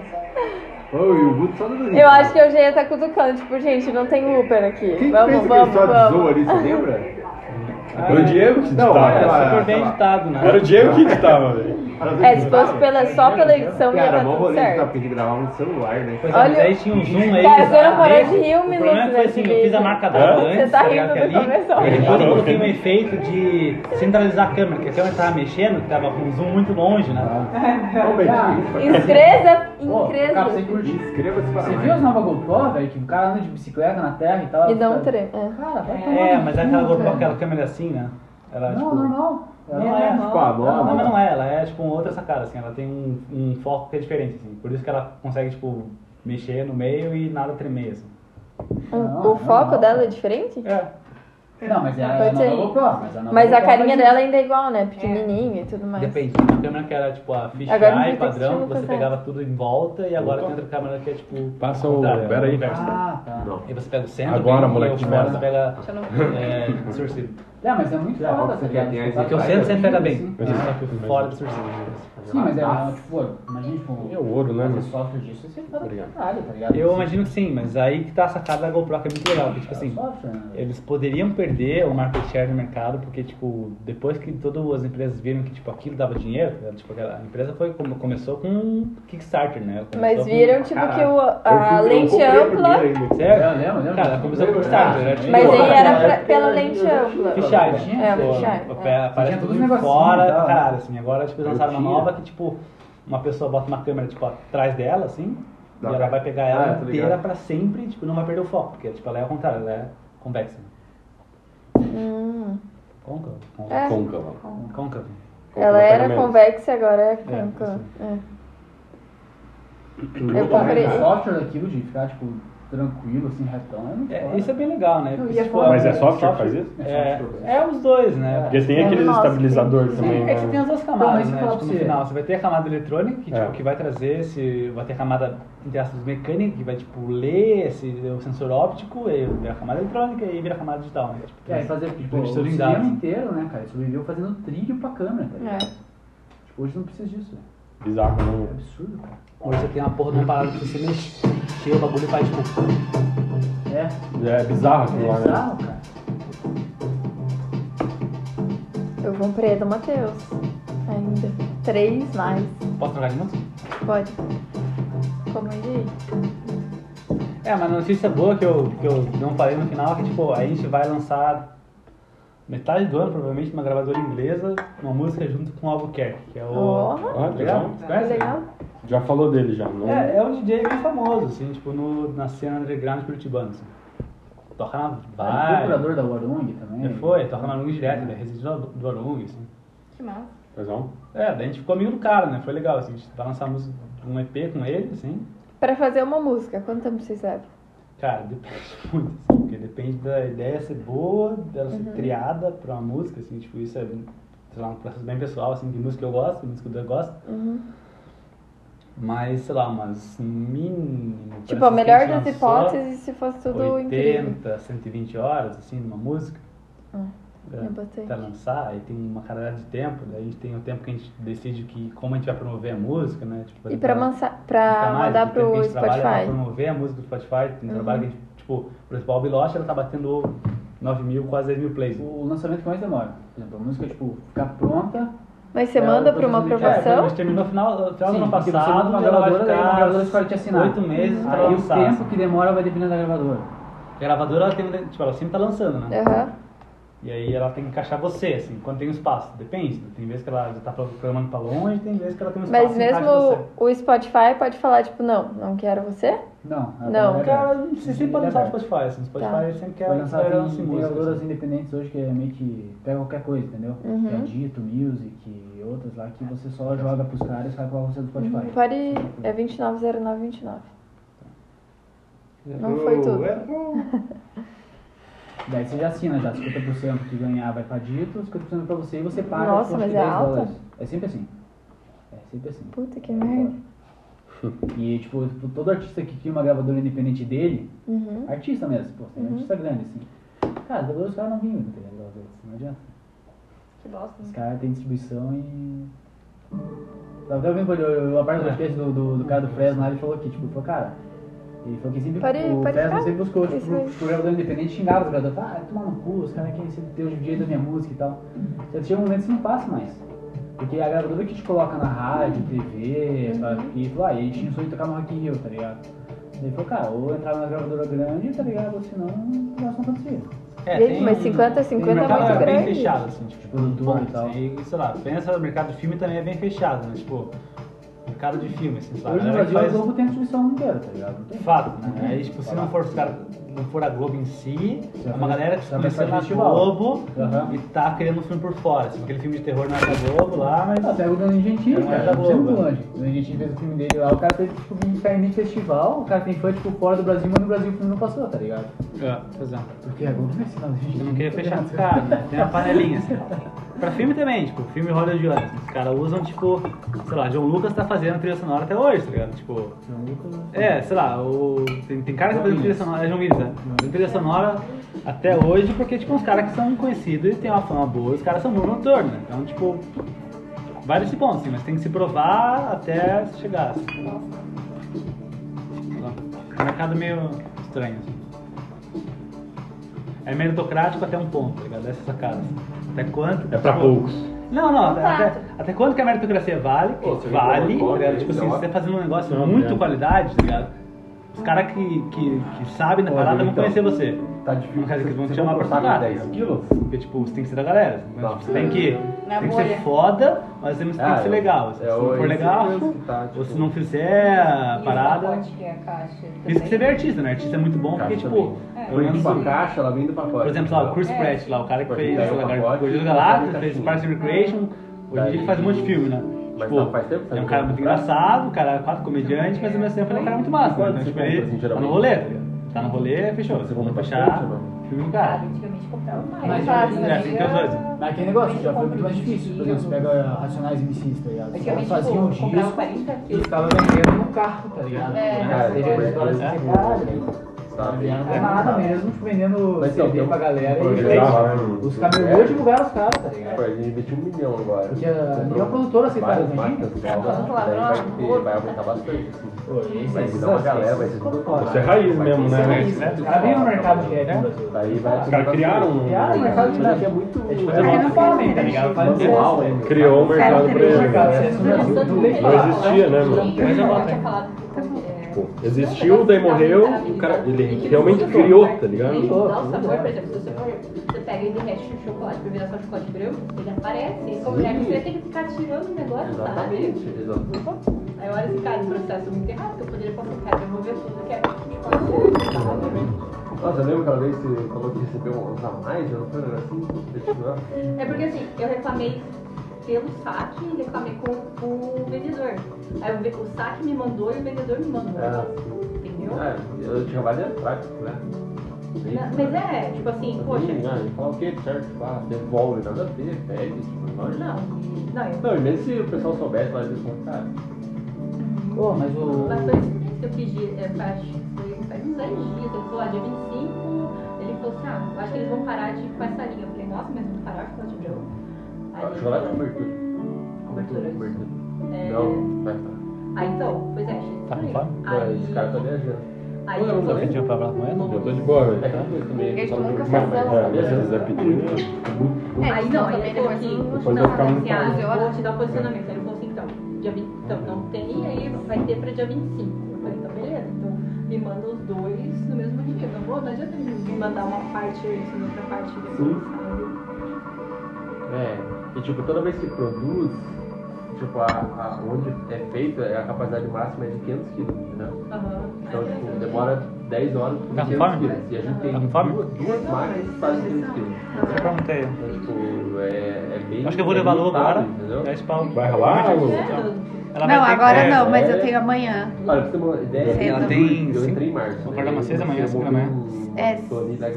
F: Ô, e o Guto só dando risada.
E: Eu acho que eu já ia estar cutucando, tipo, gente, não tem Uber aqui.
F: Quem que
E: vamos,
F: fez aquele
E: vamos,
F: só de
E: vamos. É,
F: zoa ali, você lembra?
A: Era o Diego que
F: Não,
D: É,
A: editava.
D: super bem editado, né?
A: Era o Diego que editava, velho.
E: É, se fosse pela, só pela edição ia
F: Cara,
E: dar
F: mó
E: tudo
F: rolê de
E: certo.
F: dar porque de gravar no celular, né?
D: Pois é,
E: Olha-
D: mas aí tinha um zoom aí.
E: Cara, você não parou de
D: Esse-
E: rir um
D: O
E: minuto
D: problema foi
E: nesse
D: assim, eu fiz a
E: vídeo.
D: marca d'água
A: Hã?
D: antes.
E: Você tá
D: ligado?
E: rindo
D: Que
E: do começo ao
D: E
E: fim.
D: depois eu coloquei um efeito de centralizar a câmera, que a câmera tava mexendo, que tava com um zoom muito longe,
G: Ah.
D: né?
F: Ô, Betinho,
E: Encresa,
G: Pô, cara, você
E: encresa.
G: curtir.
F: inscreva-se para
G: Você
F: mais.
G: viu as novas GoPro, velho? Que o Um cara anda de bicicleta na terra e tal.
E: E dá um
G: Cara,
E: trem. é.
G: Cara, vai tomar.
D: É,
G: no
D: mas
G: cu,
D: aquela
G: velho.
D: GoPro, aquela câmera assim, né? Ela,
G: Não,
D: tipo,
G: normal. Ela
D: Não é.
F: Tipo, a
D: Não,
F: nova.
D: mas não é, ela é tipo uma outra sacada, assim, ela tem um, um foco que é diferente, assim. Por isso que ela consegue, tipo,
E: um-
D: mexer no meio e nada tremer, assim.
E: O foco dela é diferente?
D: É.
G: Não, mas é a
E: Pode ser.
G: nova GoPro. Mas a, nova
E: Mas a
G: GoPro
E: carinha
G: faz
E: dela ainda é igual, né? Pequenininha e tudo mais.
D: Depende, tem uma câmera que era tipo a
E: Agora não vai
D: fisheye
E: ter que assistir
D: padrão,
E: no
D: que você
E: processo.
D: pegava tudo em volta, e agora tem outra câmera que é tipo.
A: Passa
D: ao
A: o-
D: contrário,
A: pera aí.
D: reversa.
G: isso. Ah, tá.
A: Não.
D: Aí você pega o centro,
A: Agora,
D: bem,
A: moleque,
D: e o fora
A: merda.
D: você pega.
B: Deixa eu não...
D: É, distorcido.
G: É, mas é muito
F: É,
G: foda,
F: você
G: tá
F: quer
G: ligado?
F: ter
G: Você
F: esse-
G: tá-
D: Porque o centro sempre pega bem. Ah.
G: Sim.
D: Mas Só que o fora é distorcido.
G: Sim, mas é, uma- tipo, pô, imagina, tipo,
A: É o ouro, né,
G: você
A: mano?
G: sofre disso, você fala
A: Obrigado.
G: caralho, tá ligado?
D: Eu
G: Você-
D: imagino que sim, mas aí que tá a sacada da GoPro, que é muito legal. Porque, tipo
G: Ela
D: assim,
G: sofre, né?
D: eles poderiam perder o market share no mercado, porque, tipo, depois que todas as empresas viram que, tipo, aquilo dava dinheiro, tá ligado? tipo, aquela- a empresa foi, come- começou com um Kickstarter, né? Começou
E: Mas
D: com-
E: viram, tipo, que o, a
F: Eu fui- um eu
E: lente
F: comprei a
E: ampla.
F: primeira ainda.
D: Sério?
G: Eu lembro, eu lembro.
D: Cara, começou com Kickstarter, era tipo...
E: Mas
F: Pô,
E: aí era
F: cara, é
E: pra- pela lente ampla.
D: Fechado.
G: É,
D: Pô,
E: fechado,
D: a-
E: é.
D: a- Aparece tudo
G: Tinha todos os
D: de
G: negocinhos
D: fora,
G: e tal.
D: caralho, assim. Agora, tipo, eles
F: Eu
D: lançaram uma
F: tinha.
D: nova que, tipo, uma pessoa bota uma câmera, tipo, atrás dela, assim,
F: Dá
D: e ela
F: pra-
D: vai pegar
F: Ah,
D: ela
F: tô
D: inteira
F: ligado.
D: pra sempre, tipo, não vai perder o foco, porque, tipo, ela é ao contrário, ela é convexa.
E: Hum.
D: Côncava?
E: É.
A: Côncava.
D: Côncava.
E: Ela era
A: Completamente.
E: convexa e agora é côncava.
D: assim.
E: É.
G: Eu
E: Eu comprei.
G: O software daquilo de ficar, tipo, tranquilo, assim, retão, é muito
D: É,
G: foda.
D: isso é bem legal, né?
G: Eu
D: Porque,
G: ia
D: tipo,
G: falar-
A: Mas é software que faz isso?
D: É, é os dois, né?
A: Porque tem
E: É,
A: aqueles
E: nossa,
A: estabilizadores
E: tem que-
A: também,
D: É que você tem
A: né?
D: as duas
G: Então, mas
D: camadas,
G: isso
D: né?
G: que eu
D: Tipo,
G: falo
D: no
G: pra você.
D: final, você vai ter a camada eletrônica, que, tipo,
A: É.
D: que vai trazer esse... Vai ter a camada, entre aspas, mecânica, que vai, tipo, ler esse, o sensor óptico, e vira a camada eletrônica e vira a camada digital, né? Tipo,
G: E aí fazer, tipo,
D: tudo
G: o
D: misturado em
G: cinema
D: dados.
G: inteiro, né, cara? Sobreviveu fazendo trilho pra câmera, tá ligado?
E: É,
G: Tipo, hoje não precisa disso, né?
A: Bizarro,
G: É
A: né?
G: absurdo, cara.
D: Hoje você tem uma porra de uma parada que você mexer, o bagulho faz, tipo...
G: É,
A: É bizarro aquilo
G: é
A: lá, né?
G: bizarro, cara.
E: Eu comprei a do Matheus. Ainda. Três mais.
D: Posso trocar de moto?
E: Pode. Como é? ele.
D: É, mas a notícia boa que eu, que eu não falei no final é que, tipo, a gente vai lançar metade do ano, provavelmente, uma gravadora inglesa, uma música junto com o Albuquerque, que é o...
E: Oh,
A: Ah,
D: Legal?
A: legal.
D: Você
E: que
D: conhece?
E: legal.
A: Já falou dele já, não?
D: É, é um DJ bem famoso, assim, tipo, no, na cena underground curitibana, assim. Toca na
G: Ah, o
D: vai,
G: procurador da Warung também.
D: já foi, toca na Arung direto, ele é residente do do Arung, assim.
B: Que massa.
A: Legal.
D: É, daí a gente ficou amigo do cara, né, foi legal, assim, a gente vai lançar música, um EP com ele, assim.
E: Pra fazer uma música, quanto tempo vocês levam?
D: Cara, depende [LAUGHS] muito, assim, porque depende da ideia ser boa, dela
E: Uhum.
D: ser criada pra uma música, assim, tipo, isso é, sei lá, um processo bem pessoal, assim, de música eu gosto, de música que eu gosto.
E: Uhum.
D: Mas, sei lá, umas mínimo...
E: Tipo, a
D: parece assim,
E: melhor
D: que a gente
E: das
D: lançou-
E: hipóteses se fosse tudo
D: 80,
E: incrível.
D: 120 horas, assim, numa música.
E: Hum,
D: pra-
E: é bastante.
D: Pra lançar, aí tem uma caralhada de tempo, daí a gente tem o tempo que a gente decide que, como a gente vai promover a música, né? Tipo,
E: E pra, mansa, pra
D: ficar mais,
E: mandar
D: o tempo que a
E: pro
D: gente trabalha pra
E: Spotify.
D: promover a música do Spotify, tem um trabalho que a gente, tipo, por exemplo, a Albiloche, ela tá batendo 9 mil, quase 10 mil plays.
G: O lançamento que mais demora. Por exemplo, a música, tipo, ficar pronta.
E: Mas você
G: É,
E: manda
G: o
E: pra uma
G: processo de-
D: É, a
E: aprovação?
D: gente terminou no final, no final do
G: Sim,
D: ano
G: porque você
D: passado,
G: manda pra
D: ela vai
G: gravadora, daí uma gravadora escolhe te
D: ficar
G: assinar. Uhum.
D: 8 meses pra
G: Aí o
D: lançar.
G: tempo que demora vai dependendo da gravadora.
D: A gravadora, ela, tem, tipo, ela sempre tá lançando, né?
E: Aham.
D: E aí ela tem que encaixar você, assim, quando tem um espaço. Depende, tem vezes que ela já tá programando pra longe, tem vezes que ela tem um espaço
E: Mas
D: que encaixa você.
E: mesmo o Spotify pode falar, tipo, não, não quero você?
G: Não, ela
E: Não,
G: tá-
D: Cara, não sei se pode lançar no
G: Tá.
D: Spotify, assim, no Spotify
E: Tá.
D: sempre quer
G: Foi lançado
D: quer
G: em
D: lançar
G: tem
D: música.
G: gravadoras
D: assim.
G: independentes hoje que é meio que pega qualquer coisa, entendeu?
E: Uhum.
G: Que é Dito, Music e outras lá que você só joga pros caras e sai pra você do Spotify.
E: Uhum. Pode. É 290929. Não
F: Errou,
E: foi tudo.
F: errou.
G: Daí você já assina já, 50% que ganhar vai pra Dito, 50% pra você e você paga.
E: Nossa,
G: acho
E: mas
G: que
E: é
G: 10
E: alta?
G: dólares. É sempre assim. É sempre assim.
E: Puta que merda.
G: [LAUGHS] E tipo, tipo, todo artista que cria uma gravadora independente dele,
E: Uhum.
G: artista mesmo, pô, tem artista grande assim. Cara, os gravadores os caras não vinham, entendeu? Gravadores, Não adianta.
B: Que bosta.
G: Os caras têm distribuição e. Tava até ouvindo eu- eu- a
D: É.
G: parte do podcast do, do, do cara do Fresno lá, ele falou que, tipo, ele falou, cara, ele falou que sempre
E: Pode-
G: o
E: pode
G: Fresno
E: ficar.
G: sempre buscou, tipo,
E: Isso aí.
G: pro gravador independente xingava os gravadores, ah, toma no cu, os caras querem ser teu DJ da minha música e tal. Só que chega um momento que você não passa mais. Porque a gravadora que te coloca na rádio, TV,
E: Uhum.
G: sabe? E falou, ah, e a gente tinha o sonho de tocar no Rock in Rio, tá ligado? Ele falou, cara, ou entrar numa gravadora grande, tá ligado? Ou senão, o negócio não acontecia.
D: É,
E: Gente,
D: tem
E: mas
D: um-
E: 50
D: o
E: 50 é
D: mercado
E: muito
D: bem
E: grande.
D: fechado, assim, tipo,
G: Produtor
D: bom,
G: e tal.
D: E, sei lá, pensa no mercado de filme também é bem fechado, né? Tipo, mercado de filme, assim, sei lá.
G: Hoje
D: a
G: no
D: galera que
G: Brasil a
D: faz- É,
G: Globo tem a distribuição inteira, tá ligado? Não tem
D: Fato, né? Aí, tipo, se não for os caras não for a Globo em si,
G: Já
D: é uma
G: fez-
D: galera que
G: já
D: começou
G: fez
D: na
G: festival.
D: Globo
G: Aham.
D: e tá criando um filme por fora. Assim, aquele filme de terror não é da Globo lá, mas.
G: Ah, pega o Danilo Gentili,
D: Não é da
G: cara. Não precisa
D: Globo.
G: muito longe. O Danilo Gentili fez o filme dele lá, o cara fez tipo um carne de festival, o cara tem fã tipo fora do Brasil, mas no Brasil o filme não passou, tá ligado?
D: É, por exemplo.
G: Porque a Globo não é sinal de gente.
D: Eu não queria fechar com cara, [LAUGHS] né? tem uma panelinha assim. Pra filme também, tipo, filme hollywoodiano, assim, os caras usam, tipo, sei lá, John Lucas tá fazendo trilha sonora até hoje, tá ligado? Tipo, é, sei lá, o... tem, tem cara que tá fazendo trilha sonora, é John Williams, né? Tem trilha sonora até hoje, porque, tipo, uns caras que são conhecidos e tem uma fama boa, os caras são bons no torno, né? Então, tipo, vai nesse ponto, assim, mas tem que se provar até chegar, assim. É um mercado meio estranho, assim. É meritocrático até um ponto, tá ligado? Essa é a sacada. Até quanto?
A: É pra
D: tipo,
A: poucos.
D: Não, não, até,
C: Exato.
D: até- até quanto que a meritocracia vale?
F: Pô, você
D: vale,
F: viu como
D: tá ligado?
F: é
D: Tipo assim,
F: isso,
D: se você
F: ó.
D: fazer um negócio
A: Não,
D: muito
A: né?
D: qualidade, tá ligado? Os caras que, que, que sabem da
F: Pô,
D: parada vão
F: então.
D: conhecer você.
F: Tá difícil.
D: Não quer dizer que eles vão
F: Você
D: te chamar pra
F: comprou saco de
D: trabalhar.
F: 10 quilos?
D: Porque, tipo, você tem que ser da galera. Então,
F: Tá.
D: tipo, você tem que,
C: Na
D: tem que ser
C: bolha.
D: foda, mas você tem
F: Ah,
D: que ser
F: é-
D: legal. Se
F: é
D: não
F: o-
D: for
F: esse
D: legal,
F: mesmo que tá, tipo-
D: ou se não fizer a parada.
C: que é a caixa?
D: Por isso que você vê artista, né? Artista é muito bom porque,
F: Caixa
D: tipo,
F: também.
C: É.
D: pelo menos
F: Foi de caixa, ela vem do pacote.
D: por exemplo, lá, o Chris
C: É.
D: Pratt, lá, o cara que
F: um Pode
D: fez
F: pegar
D: sei
F: o
D: lá,
F: pacote,
D: Guardiões da
F: tá
D: Galáxia,
F: aqui.
D: fez Parks and Recreation. Hoje em dia ele faz um monte de filme, né?
F: Mas
D: Tipo,
F: não, faz tempo que
D: é um
F: saiu.
D: cara muito engraçado, o cara é quatro comediante, mas ao mesmo tempo ele é um cara muito massa. Né?
F: Quanto
D: Então,
F: você
D: tipo,
F: compra,
D: ele
F: assim,
D: tá no
F: geralmente?
D: rolê, tá ligado? Tá no rolê, fechou.
F: Você
D: Você
F: compra
D: vai
F: bastante né?
D: fechar,
F: ou não?
D: filme do
C: Cara,
D: cara.
C: antigamente comprava mais.
G: Mas é, assim
C: Fácil,
G: hoje em
C: hoje
G: dia
C: em
D: tem que
C: dia-
D: ter os
G: Mas aquele negócio já foi muito mais difícil. Por exemplo, você pega Racionais MCs, tá ligado? Os caras
C: Antigamente,
G: faziam um
C: tipo, comprava
G: disco
C: 40
G: e
C: quilos.
G: ficava vendendo no carro, tá ligado?
C: É.
G: Cara, teve as assim, histórias
D: É.
F: assim,
G: de verdade,
F: Sabe?
G: É tá nada mesmo, tipo, vendendo
F: tá Mas, então,
G: CD
A: um
G: pra galera.
F: Pô,
G: e-
A: é,
F: legal, né?
G: Os um camelôs divulgaram os caras, tá ligado?
F: Pô, a gente investiu um milhão agora.
G: Porque a- é um
F: Comprou
G: nem a produtora aceitava,
F: várias
G: imagina.
F: máquinas novas,
C: Falando
F: daí vai
C: palavrão,
F: ter-
C: amor.
F: vai aumentar bastante. assim.
G: Pô,
F: Vai
G: e isso aí,
F: virar uma
G: isso
F: galera,
G: aí,
F: vai
G: isso
F: ser
G: aí,
F: tudo
G: concordo.
A: Isso é raiz
F: Vai
A: mesmo,
F: ter
A: né?
F: raiz,
D: Isso, né?
G: Os caras vêm no mercado de rap no Brasil.
F: Daí vai
A: Os caras criaram um.
G: Criaram um mercado de
F: Mas aqui
G: rap.
F: é muito.
G: É tipo,
F: é
G: é
F: muito
G: não fala bem, tá ligado? Fala
F: manual,
G: bem.
F: né, meu?
A: Criou um mercado
I: Cara,
A: pra
I: tem
A: ele.
G: mercado,
A: né?
G: é.
C: Tanto
G: Brasil, não
C: que
G: tem
C: ele
A: Não existia, né, mano?
C: Tinha,
D: Mas eu
C: eu
D: boto
C: tinha
D: aí.
C: falado do- é,
A: Tipo, existiu, daí morreu, e o cara, ele realmente criou, tá ligado?
C: Dá o sabor, por exemplo, se você, for, você pega e derrete o chocolate pra virar só chocolate branco, ele aparece. E como
F: Sim.
C: mulher, você tem que ficar tirando o negócio, sabe?
F: Exatamente, exatamente.
C: Aí olha esse cara, um processo muito errado, que eu poderia falar, cara, eu vou ver tudo que é chocolate branco.
F: Nossa, lembra aquela vez que você falou que recebeu uns a mais? Eu não foi assim, você tirou.
C: É porque assim, eu reclamei pelo saque e reclamei com o vendedor. Aí o ve- o saque me mandou e o vendedor me mandou.
F: Ah.
C: Entendeu?
F: Ah, eu tinha várias práticas, né?
C: Na- Mas é, tipo assim, poxa.
F: Ah, fala o quê? Certo, pá, devolve, nada a ver, pede, tipo, não.
C: Não, não, eu
F: Não, e mesmo se o pessoal soubesse, lá eles vão, cara,
G: Pô, mas o.
C: Mas foi isso que eu pedi, é, faz, foi- faz uns 10 dias, ele falou, ah, dia 25, ele falou assim, ah, eu acho que eles vão parar de com essa linha. Eu falei, nossa, mas vão parar com o chocolate branco? Aí
F: ah,
C: ele
F: chocolate com
C: falou,
F: cobertura.
C: Cobertura.
F: Cobertura.
C: É,
F: Não, vai tá.
C: Ah, então, pois é, achei
D: Tá com
C: estranho.
D: fome?
C: Aí,
F: Mas esse cara tá viajando.
C: aí ele
F: Não,
C: falou
F: não,
C: assim,
D: Pediu pra falar com ela?
A: Eu tô de boa, né?
F: É que
A: velho.
F: eu também também.
E: Eles
F: só
E: nunca
F: dormi,
E: fazem
F: mas-
E: ela.
F: é, mesmo, se quiser pedir, né?
E: é,
D: É,
C: aí não, aí ele falou assim,
E: então, depois
C: não,
A: eu vou ficar
C: mas
A: muito
C: assim, ah,
E: confuso.
C: eu vou te dar o posicionamento. Aí ele falou assim, então, dia 20, então, não tem, aí vai ter pra dia 25. Eu falei, então, beleza, então me manda os dois no mesmo dia. Não vou, não adianta ele me mandar uma parte antes, e outra parte depois, sabe?
F: É, e tipo, toda vez que produz, tipo, a, a- onde é feito, a capacidade máxima é de 500 quilos, né? Então, tipo, demora 10 horas por
D: Tá com
F: 500
D: fome?
F: quilos. E a gente tem
D: Tá com fome?
F: duas, duas máquinas que fazem 500 quilos.
D: Já perguntei.
F: Então, tipo, é, é bem...
D: Acho que eu vou
F: é
D: levar
F: bem
D: logo agora.
F: estável, Entendeu?
D: 10 pau.
A: Vai rolar? ou-
D: Ela vai
E: Não,
D: ter-
E: agora
D: é,
E: não, mas eu
F: é.
E: tenho amanhã.
F: Olha, pra você ter uma
E: Cedo.
F: ideia, eu,
D: Tem
F: eu entrei em
D: cinco-
F: março. né?
D: vou acordar umas seis da manhã, cinco da manhã.
E: É,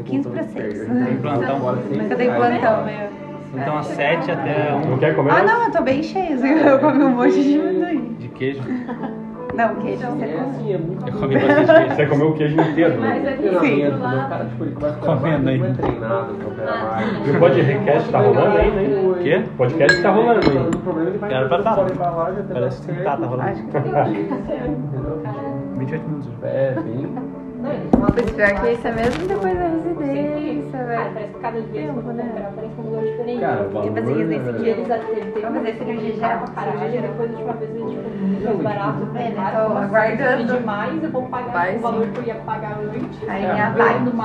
E: 15 pra seis. Mas eu tenho plantão, né?
F: é
E: meu.
D: Então, às 7 até 1
A: Não quer comer?
E: Ah, não, eu tô bem cheia. assim, [LAUGHS] Eu comi um
C: é.
E: monte de amendoim.
D: de queijo.
E: Não, queijo
C: Então,
E: você
F: assim, É
E: come.
F: assim, é muito...
D: Eu comi bastante queijo.
A: Você comeu o queijo inteiro,
C: Mas é.
A: né?
C: aqui
F: Eu não
C: do
F: aguento,
C: outro
F: né? O
C: lado,
F: cara, tipo, ele começa a
D: Comendo
F: trabalhar,
D: Tá aí.
F: não é treinado pra
C: Ah,
F: operar mais.
A: E o podcast tá rolando aí, né?
F: O
D: Quê?
A: O podcast tá rolando aí.
F: O problema é que ele vai
D: Era pra tá.
F: fora da loja, até
D: Parece
F: dar
D: que tá,
F: certo.
D: tá rolando.
E: Acho que
F: Entendeu?
D: 28 minutos.
F: É, bem...
C: Mas
E: Mas pior que isso é mesmo depois da residência,
C: Cara,
E: velho.
C: parece que cada dia eles
E: Tempo,
C: vão
E: né?
C: comprar, parece um lugar diferente.
F: Cara, o
E: E fazer
F: valor,
E: isso nesse
F: né,
C: E eles ele teve
I: Vamos fazer cirurgia geral,
C: Cara, cirurgia geral foi a última vez, ele, tipo, muito barato.
I: É, né,
C: barato,
I: tô
C: nossa,
I: aguardando.
C: Eu pedi mais, eu vou pagar
E: Vai,
C: o valor que eu ia pagar antes.
I: Aí
C: Tá
I: minha
C: pagando
I: vaquinha.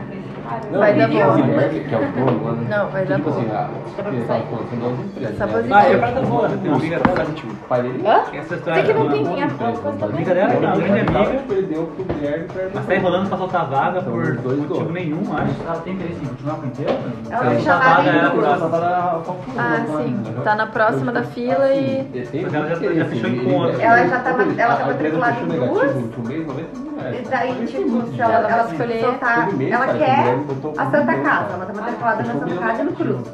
C: mais.
J: Cara,
F: Não,
E: Vai
F: e
E: dar
F: quem é
E: boa.
F: o Zuckerberg, que é o dono, né?
E: Não, vai dar
F: tipo
E: boa.
F: assim, a, ele tá falando, são duas empresas.
E: Essa
F: né?
E: posição.
D: Ah, é pra dar boa, né? Tem uma amiga dela.
F: O pai dele
E: Hã?
D: Essa
E: Você
D: história. um
E: que não tem
F: Duas
E: minha foto,
F: empresas,
E: mas também.
D: Brincadeira,
F: né?
D: não, grande amiga.
F: Tipo, ele deu pro Guilherme pra
D: Mas tá enrolando pra soltar a vaga
F: São
D: por
F: os Então, dois
D: motivo
F: donos.
D: nenhum, acho.
G: Ela tem interesse em continuar com o teu?
C: Ela
G: é
D: Ela
C: tem que
D: soltar é a
C: chamar
D: vaga,
C: ele
D: era
C: pro-
D: pra
E: Ah, sim. Tá na próxima da fila e.
F: Assim, é
D: Porque ela já- tá- já fechou encontro.
C: Ela já tava-
F: Ah,
C: ela tava matriculada
F: matriculada
C: em
F: em
C: duas. E daí, tipo, se ela,
E: Ela
C: ela
E: vai
C: escolher,
E: escolher
C: soltar,
F: todo mês,
C: ela
F: cara,
C: quer
F: que o Guilherme botou
C: a Santa
F: um
C: Casa.
F: milhão,
C: Ela tá matriculada na Santa Casa e no Cruz.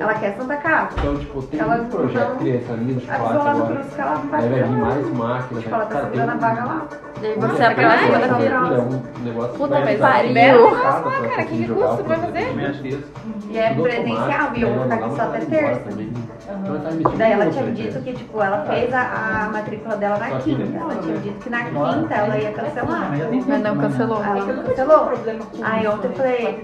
C: Ela quer a Santa Casa.
F: Então, tipo, tem
C: Ela
F: um projeto
C: não-
F: que tem essa linha de
C: A
F: quatro
C: pessoa lá no
F: agora.
C: Cruz que ela não vai
F: Aí vai vir
C: fazer nada.
F: mais máquinas.
C: Tipo, ela tá
F: cara, tem
C: segurando a
F: um-
C: vaga lá.
E: Daí
F: Não,
E: você
F: é
E: abre a
F: um
E: vaga da
F: negócio-
E: fila.
F: É um negócio
E: Puta, mas
F: mais- assim,
E: pariu.
F: Pra
E: cara, que
F: jogar
E: recurso
F: o
E: que vai
F: produto.
E: fazer?
F: Gigantesco.
C: E é
F: Tudo
C: presencial,
F: automático,
C: viu?
F: né?
C: Tá aqui só
F: Lá
C: até
F: vai embora
C: terça.
F: também. Então, ela tá investindo
C: Daí ela
F: muito,
C: tinha me
F: né,
C: dito
F: cara?
C: que, tipo, ela fez a, a matrícula dela na quinta. Ela tinha me dito que na quinta ela ia cancelar.
E: Mas não cancelou.
C: Aí ela não
J: cancelou.
C: cancelou. Aí ontem eu falei,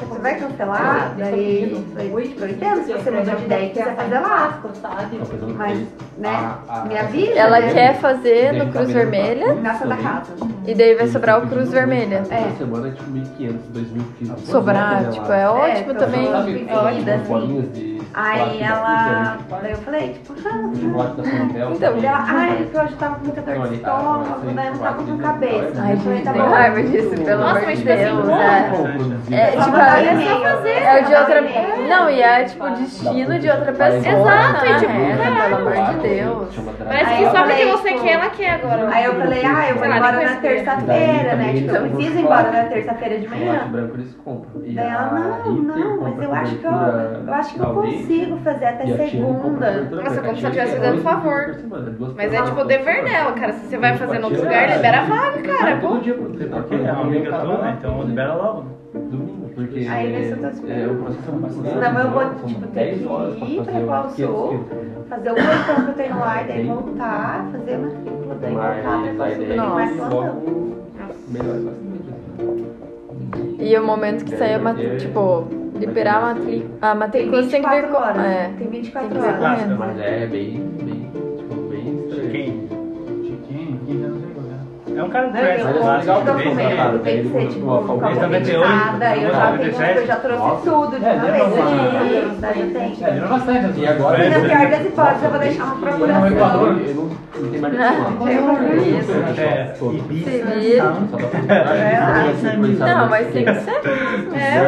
C: você vai cancelar? Daí eu falei, eu entendo, se você mudou de ideia e quiser fazer lá.
F: Tá pensando
C: Mas,
F: que
C: né,
F: a- é a-
C: me avisa. tá
E: Ela
F: Ela
E: quer fazer no Cruz Vermelha
C: Na Santa Casa.
E: e daí vai sobrar o Cruz Vermelha.
F: Essa semana é tipo 1.500, 2.000 quilos. né,
E: Sobrar, tipo, é ótimo também.
C: É ótimo, assim.
F: de
C: Aí
F: plástico
C: ela,
F: da
C: daí eu falei, tipo, ah,
F: pizza, de chocolate um da Sandel,
E: Então,
F: também.
C: Ela, ai, que hoje tava com muita dor de estômago, né? Não tava com cabeça.
E: Ai,
C: Eu falei,
E: gente,
C: tá
E: tem
C: bom.
E: raiva disso, pelo
F: Nossa,
E: amor de
F: mas
E: Deus.
F: assim,
E: é.
F: Como produzir?
E: É,
C: Só
E: tipo,
C: mandar
E: é
C: e-mail.
E: só fazer. É o de
C: Mandar
E: outra.
C: e-mail.
E: Não, e é tipo o destino de outra pessoa.
F: Exato,
E: é
F: e, tipo,
E: pelo amor de Deus.
F: Chama
B: Parece
C: Aí
B: que
C: eu
B: só porque
C: falei,
B: você
C: tipo,
B: quer, ela quer agora.
C: Aí eu falei, ah, eu vou
B: Sei lá,
C: embora
B: depois
C: na
B: que-
C: terça-feira, né? Tipo, eu preciso ir embora na terça-feira de
F: Chocolate
C: manhã.
F: branco eles compram. E
C: Daí ela,
F: a
C: não,
F: Ritter
C: não, mas
F: compra
C: eu acho que eu,
F: cobertura
C: eu acho que eu
F: da Aldi,
C: consigo fazer até
F: e a Tina compra
C: segunda.
F: cobertura
B: Nossa,
F: branca. A
B: como se ela
F: Tina
B: tivesse
F: é
B: fazendo
F: dois
B: favor.
F: vezes por semana, duas
B: Mas
F: por
B: é
F: semana,
B: tipo o
F: duas
B: dever
F: por
B: dela,
F: semana.
B: cara. Se você vai fazer em outro
F: Tira,
B: lugar,
F: cara,
B: libera a
F: tira,
B: vaga,
F: tira,
B: cara.
F: tira, todo
B: Pô.
F: dia produzir, tá?
D: Porque é uma amiga tua, né? Então libera logo.
F: Domingo, porque
C: Aí nesse eu tô esperando.
F: é, o processo é muito grande,
C: Senão eu vou,
F: são
C: tipo, ter
F: 10
C: que
F: horas pra
C: ir
F: fazer
C: pra Pau Sul,
F: 500 quilos.
C: fazer o plantão que eu tenho lá e daí voltar, fazer a matrícula, daí voltar pra
F: né? Mas a
C: Pau Sul,
F: ideia
C: daí
F: é
C: mais
F: que
C: plantão.
F: logo é melhor bastante.
E: E o momento que sair a matrícula, tipo, liberar a matrícula, a
C: Tem
E: matrícula você tem que ver
C: 24
E: com.
C: horas.
E: É.
C: Tem
E: Tem
C: 24
E: que ver
C: horas.
D: Clássica,
F: Mas é bem, bem, tipo, bem estranho.
D: Quem?
G: Chiquinho, quem já não sei qual é.
D: É um cara do
C: Não, Né,
D: Crash,
F: Mas é
C: eu vou-
F: legal
D: clássico.
F: que
C: então,
F: eu
D: bem,
F: tô
D: né?
F: falando.
C: também, tem que ser tipo com
F: Desde
C: complementada, eu já tenho,
D: 97.
C: eu já trouxe
F: Nossa.
C: tudo de
G: É,
C: uma
G: demorou.
C: vez.
G: É.
C: Daí eu tenho.
G: É, melhorou bastante. assim.
F: E agora?
C: E na pior das hipóteses, eu vou deixar uma
G: Não, eu adoro.
C: procuração.
F: Eu não, não tem mais nada.
C: Eu procuro isso.
D: É,
E: Sim.
D: Ibiza Sound.
C: É, ah,
E: Não,
F: é
E: mas tem que ser mesmo. É.
C: Aí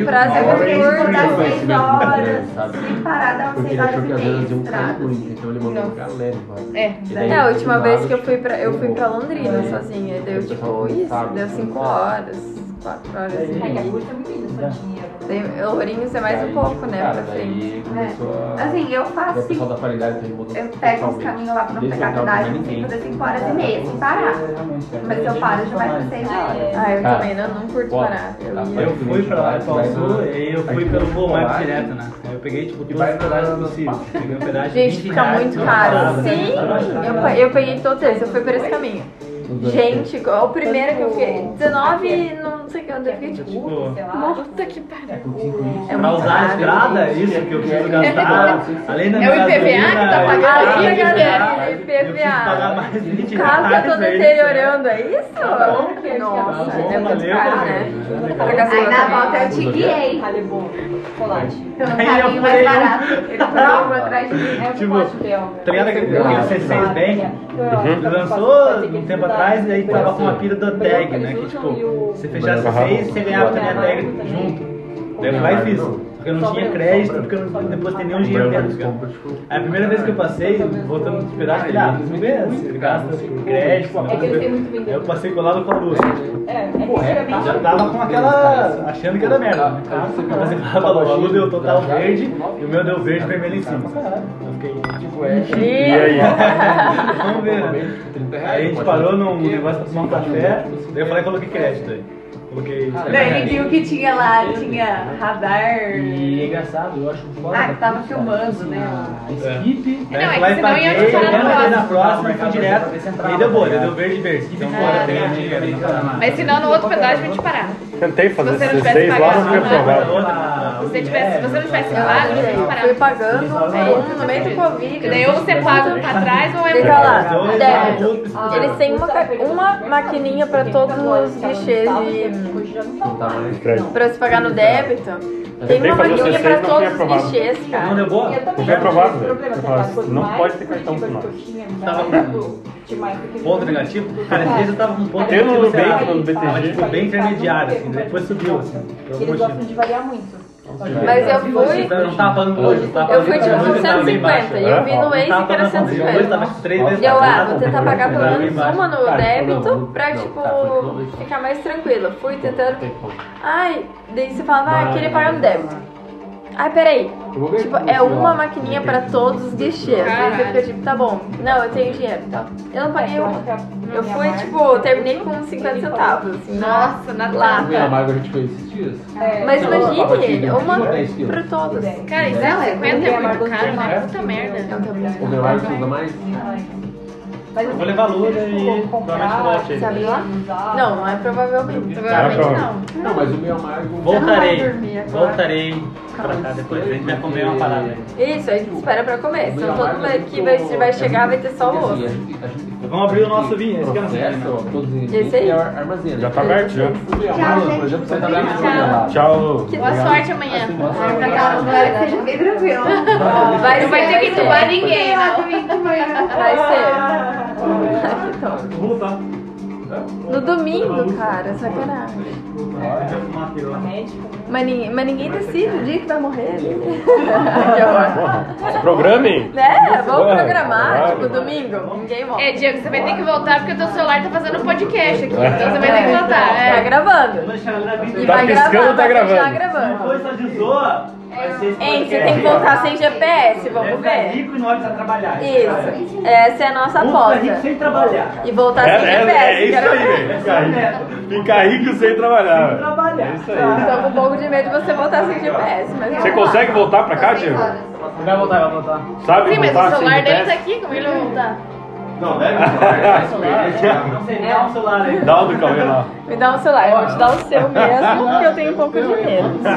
C: eu
E: Prazer.
C: fiquei de acordar
F: Mas
C: 6
F: mesmo,
C: tá horas,
F: sabe?
C: sem parar, dava
F: Porque
C: 6
F: ele
C: horas
F: achou
C: e
F: que às
C: meia
F: vezes um
C: estrada.
F: cara ruim, então ele mandou um cara leve. mano.
B: É.
F: E daí
E: assim. É, a
F: ele
E: última
F: mandava,
E: vez que eu
F: tipo,
E: fui pra, eu fui pra
F: um-
E: Londrina
F: É.
E: sozinha, e deu tipo isso, deu
F: assim,
E: 5 horas, 4 horas e
J: Ai, que a
E: meia.
D: Tá
J: música é muito isso,
C: Tá.
J: só dinheiro.
E: Tem- Ourinhos é mais um
F: Daí,
E: pouco, né,
F: cara,
E: pra frente. É.
F: Daí começou a...
C: Assim, eu
F: daí o
C: faço
F: pessoal da qualidade então também mudou
C: Eu pego uns
F: totalmente.
C: caminhos lá pra não
F: Desse
C: pegar
F: local não tem
C: pedágio, eu tenho que
F: ninguém.
C: fazer 5 horas e meia, sem parar.
G: É,
C: Mas se eu paro, já vai pra 6 horas.
E: Ah, eu
F: Cara,
E: também não, não curto
F: foda.
E: parar.
F: Tá,
E: Eu ia.
D: Eu fui pra lá de Pau Sul e eu fui pelo Google Maps direto, né? Aí eu peguei, tipo, todas as pedagens possíveis. Peguei um pedágio de
E: Gente,
D: 20
E: fica
D: reais, né?
E: muito
D: duas
E: caro.
D: paradas,
E: Sim,
D: duas paradas.
E: eu, pe- eu peguei todos eles, eu fui por esse caminho.
G: Uhum.
E: Gente, igual o primeiro que eu fiquei, 19 e não sei o que, onde eu fiquei tipo,
D: Tipo,
J: Sei lá.
B: Puta que pariu.
E: é
D: pra
E: muito
D: usar a
E: caro.
D: estrada, isso que eu preciso gastar. Além da
B: É o
D: minha
B: IPVA que
D: gasolina, é
B: tá
D: eu
B: pagando?
D: pagar né?
B: Além da
D: mais
B: minha
E: IPVA.
D: IPVA, Eu preciso pagar mais 20
E: O carro
D: reais.
E: que eu tô
D: pra isso,
E: deteriorando, é isso?
J: bom.
E: Nossa,
D: Tá bom,
E: é muito
D: valeu,
E: caro,
D: valeu.
E: né?
D: Aí
E: Pra
C: Aí na
E: gasolina
C: volta eu te guiei
J: Vale bom. Chocolate.
C: pelo
D: Aí eu
C: caminho
D: falei,
C: mais barato. Ele foi atrás de mim.
J: É o
D: Tipo,
J: chocolate belga.
D: Tá ligado aquele aquele C6 Bank? Ele lançou um tempo atrás e aí tava com uma pilha do tag, né? Que tipo, se fechasse seis, você ganhava também a tag junto. Daí eu fui lá e fiz. Porque eu não tinha crédito, porque eu não depositei nenhum dinheiro dentro, cara. A primeira vez que eu passei, voltando de pedaço, falei, ah, tudo bem, você gasta com crédito, né?
J: É que ele tem muito
D: Aí eu
J: vendedor.
D: passei colado com a luz.
J: É, é que
F: Correto,
J: geralmente-
D: Já tava com aquela. achando que era merda. né? Eu passei colado com a luz, a luz deu total verde e o meu deu verde e vermelho em cima. Eu fiquei,
F: Tipo, é...
A: E aí?
D: vamos ver, né? Aí a gente parou num negócio pra tomar um café, daí eu falei que coloquei crédito aí. Coloquei.
C: Daí ele viu que tinha lá, tinha radar.
G: E é engraçado, eu acho foda.
C: Ah, que tava
G: porque,
C: filmando,
G: assim,
C: né?
G: A
D: É.
G: skip.
B: Não, é que
D: Lá e
B: senão
D: paguei,
B: ia te parar na
D: eu mandei na
G: próxima.
D: próxima e fui direto. E deu boa, deu verde e verde. Então
G: é,
D: fora, tem dinheiro.
B: Mas senão no outro pedaço vai te parar.
A: Tentei fazer
B: Se você não tivesse
A: 16 lá, não fui
B: pagado, né?
A: aprovado.
D: Outra,
C: Se você, tivesse, se você não tivesse pago, não tinha
E: Fui
C: parado.
E: pagando um no meio do
C: Porque
E: Covid.
C: daí ou você paga pra trás ou é
E: Fica lá, débito.
D: Então,
E: Eles têm uma, ca- uma maquininha pra
C: tá
E: todos os guichês
C: é
E: de, pra se pagar no débito. Tem
A: tentei
E: uma
A: fazer o
E: maquininha
A: C6,
E: pra
A: não
E: todos
A: fui
E: os
A: aprovado.
E: guichês,
D: Não
E: cara.
A: Ah, é
D: deu boa?
A: Foi aprovado, velho. Não pode ter cartão com nós.
D: Tava
B: né? Tipo,
D: um Ponto negativo? Cara, esse dia eu tava com um ponto
A: Tem no
D: negativo. sei lá,
A: Nubank, no BTG.
D: Mas tipo, bem intermediário, assim. Depois subiu, assim. Por algum
B: Eles gostam
D: motivo.
B: de variar muito.
E: Mas
F: né?
E: eu fui-
D: Eu não tava pagando hoje. tava
E: Eu fui
D: pagando
E: tipo
D: hoje, tá
E: com
D: tava
E: 150
D: bem
E: e
D: baixo.
E: eu vi no
D: Não
E: Waze
D: tava
E: que era
D: pagando ponto negativo,
E: 150.
D: Hoje tava três vezes
E: E eu, ah,
D: mais.
E: vou tentar pagar pelo menos uma no débito pra, tipo, ficar mais tranquila. Fui tentando. Ai, daí você falava, ah, eu queria pagar no débito. Ai, peraí. Tipo, é uma maquininha pra todos os guichês. Daí você fica tipo, tá bom. Não, eu tenho dinheiro, então. Eu não paguei uma.
B: é
E: Eu fui, tipo, terminei com 50 centavos. assim, na-
C: Nossa, na
E: lá.
F: Minha Marga a gente fez esses dias.
B: É,
E: Mas
F: Não,
E: imagine,
F: pacotinho,
E: uma assim.
F: dez quilos.
E: pra todas.
C: Cara, isso
B: Não,
C: é
B: é
C: 50 é muito
B: porque a
C: caro,
B: Margot
C: né? Puta merda.
F: O meu Marga usa mais.
D: Eu vou levar Lula e provavelmente
E: Você
D: vou
E: abriu lá? Não, não é provavelmente.
F: Tá
C: Provavelmente
A: Cara,
C: não.
F: Não, mas o meu é Margo.
D: Voltarei, voltarei pra cá depois. A gente vai comer uma parada.
E: Isso, a gente espera pra comer. Senão todo mundo que vai, vai chegar vai ter só o
F: assim,
E: osso.
D: Vamos abrir o nosso vinho, esse que é o nosso vinho,
E: Esse
F: é
E: aí?
F: armazena.
A: Já tá aberto, já.
F: né? O meu Margo, por exemplo, você tá aberto no
C: Tchau.
A: Tchau, Lu.
C: Boa sorte amanhã.
F: Boa sorte.
C: Pra cá, vamos lá.
K: Seja bem tranquilo.
E: Vai
C: Não vai ter que
E: ser, é
C: entubar ninguém, não.
E: Vai ser.
D: Vamos voltar.
E: No domingo, cara, sacanagem.
A: Tá
E: Mas, ninguém- mas ninguém decide o dia que vai morrer. [LAUGHS] que horror.
A: Programe!
E: Né? Vamos
A: Vai,
E: programar,
A: vai.
E: tipo, domingo. Ninguém morre.
C: É, Diego, você vai ter que voltar porque o teu celular tá fazendo podcast aqui. Então você vai ter que voltar.
E: Tá
C: É.
E: gravando. E
A: Tá piscando ou tá
E: vai gravar, vai continuar
A: gravando?
E: gravando.
D: Depois de zoa, vai ser esse
E: Hein, você
D: podcast.
E: tem que voltar sem GPS, vamos
D: Deve tá
E: ver.
D: rico e nós precisa trabalhar.
E: Isso. Essa é a nossa
D: Um tá rico
E: aposta.
D: sem trabalhar. um
E: E voltar
A: É,
E: sem
A: é,
E: GPS.
A: é isso
E: quero
A: aí, velho. Fica rico. Fica rico sem trabalhar. velho.
D: Trabalhar.
A: É isso aí.
E: Tô com um pouco de medo de você voltar sem GPS, mas
A: Você
E: vamos lá.
A: consegue voltar pra cá, Diego?
D: Vai voltar, vai voltar.
A: Sabe
C: Sim, mas
A: voltar
C: o
A: sem
C: celular dele tá
A: GPS?
C: aqui, como ele vai voltar?
F: Não, deve estar.
D: Não sei, nem dá um
E: tá
D: celular aí.
A: Dá o do Cauê lá.
E: Me dá o celular, eu vou te dar o seu mesmo, porque eu tenho um pouco de medo.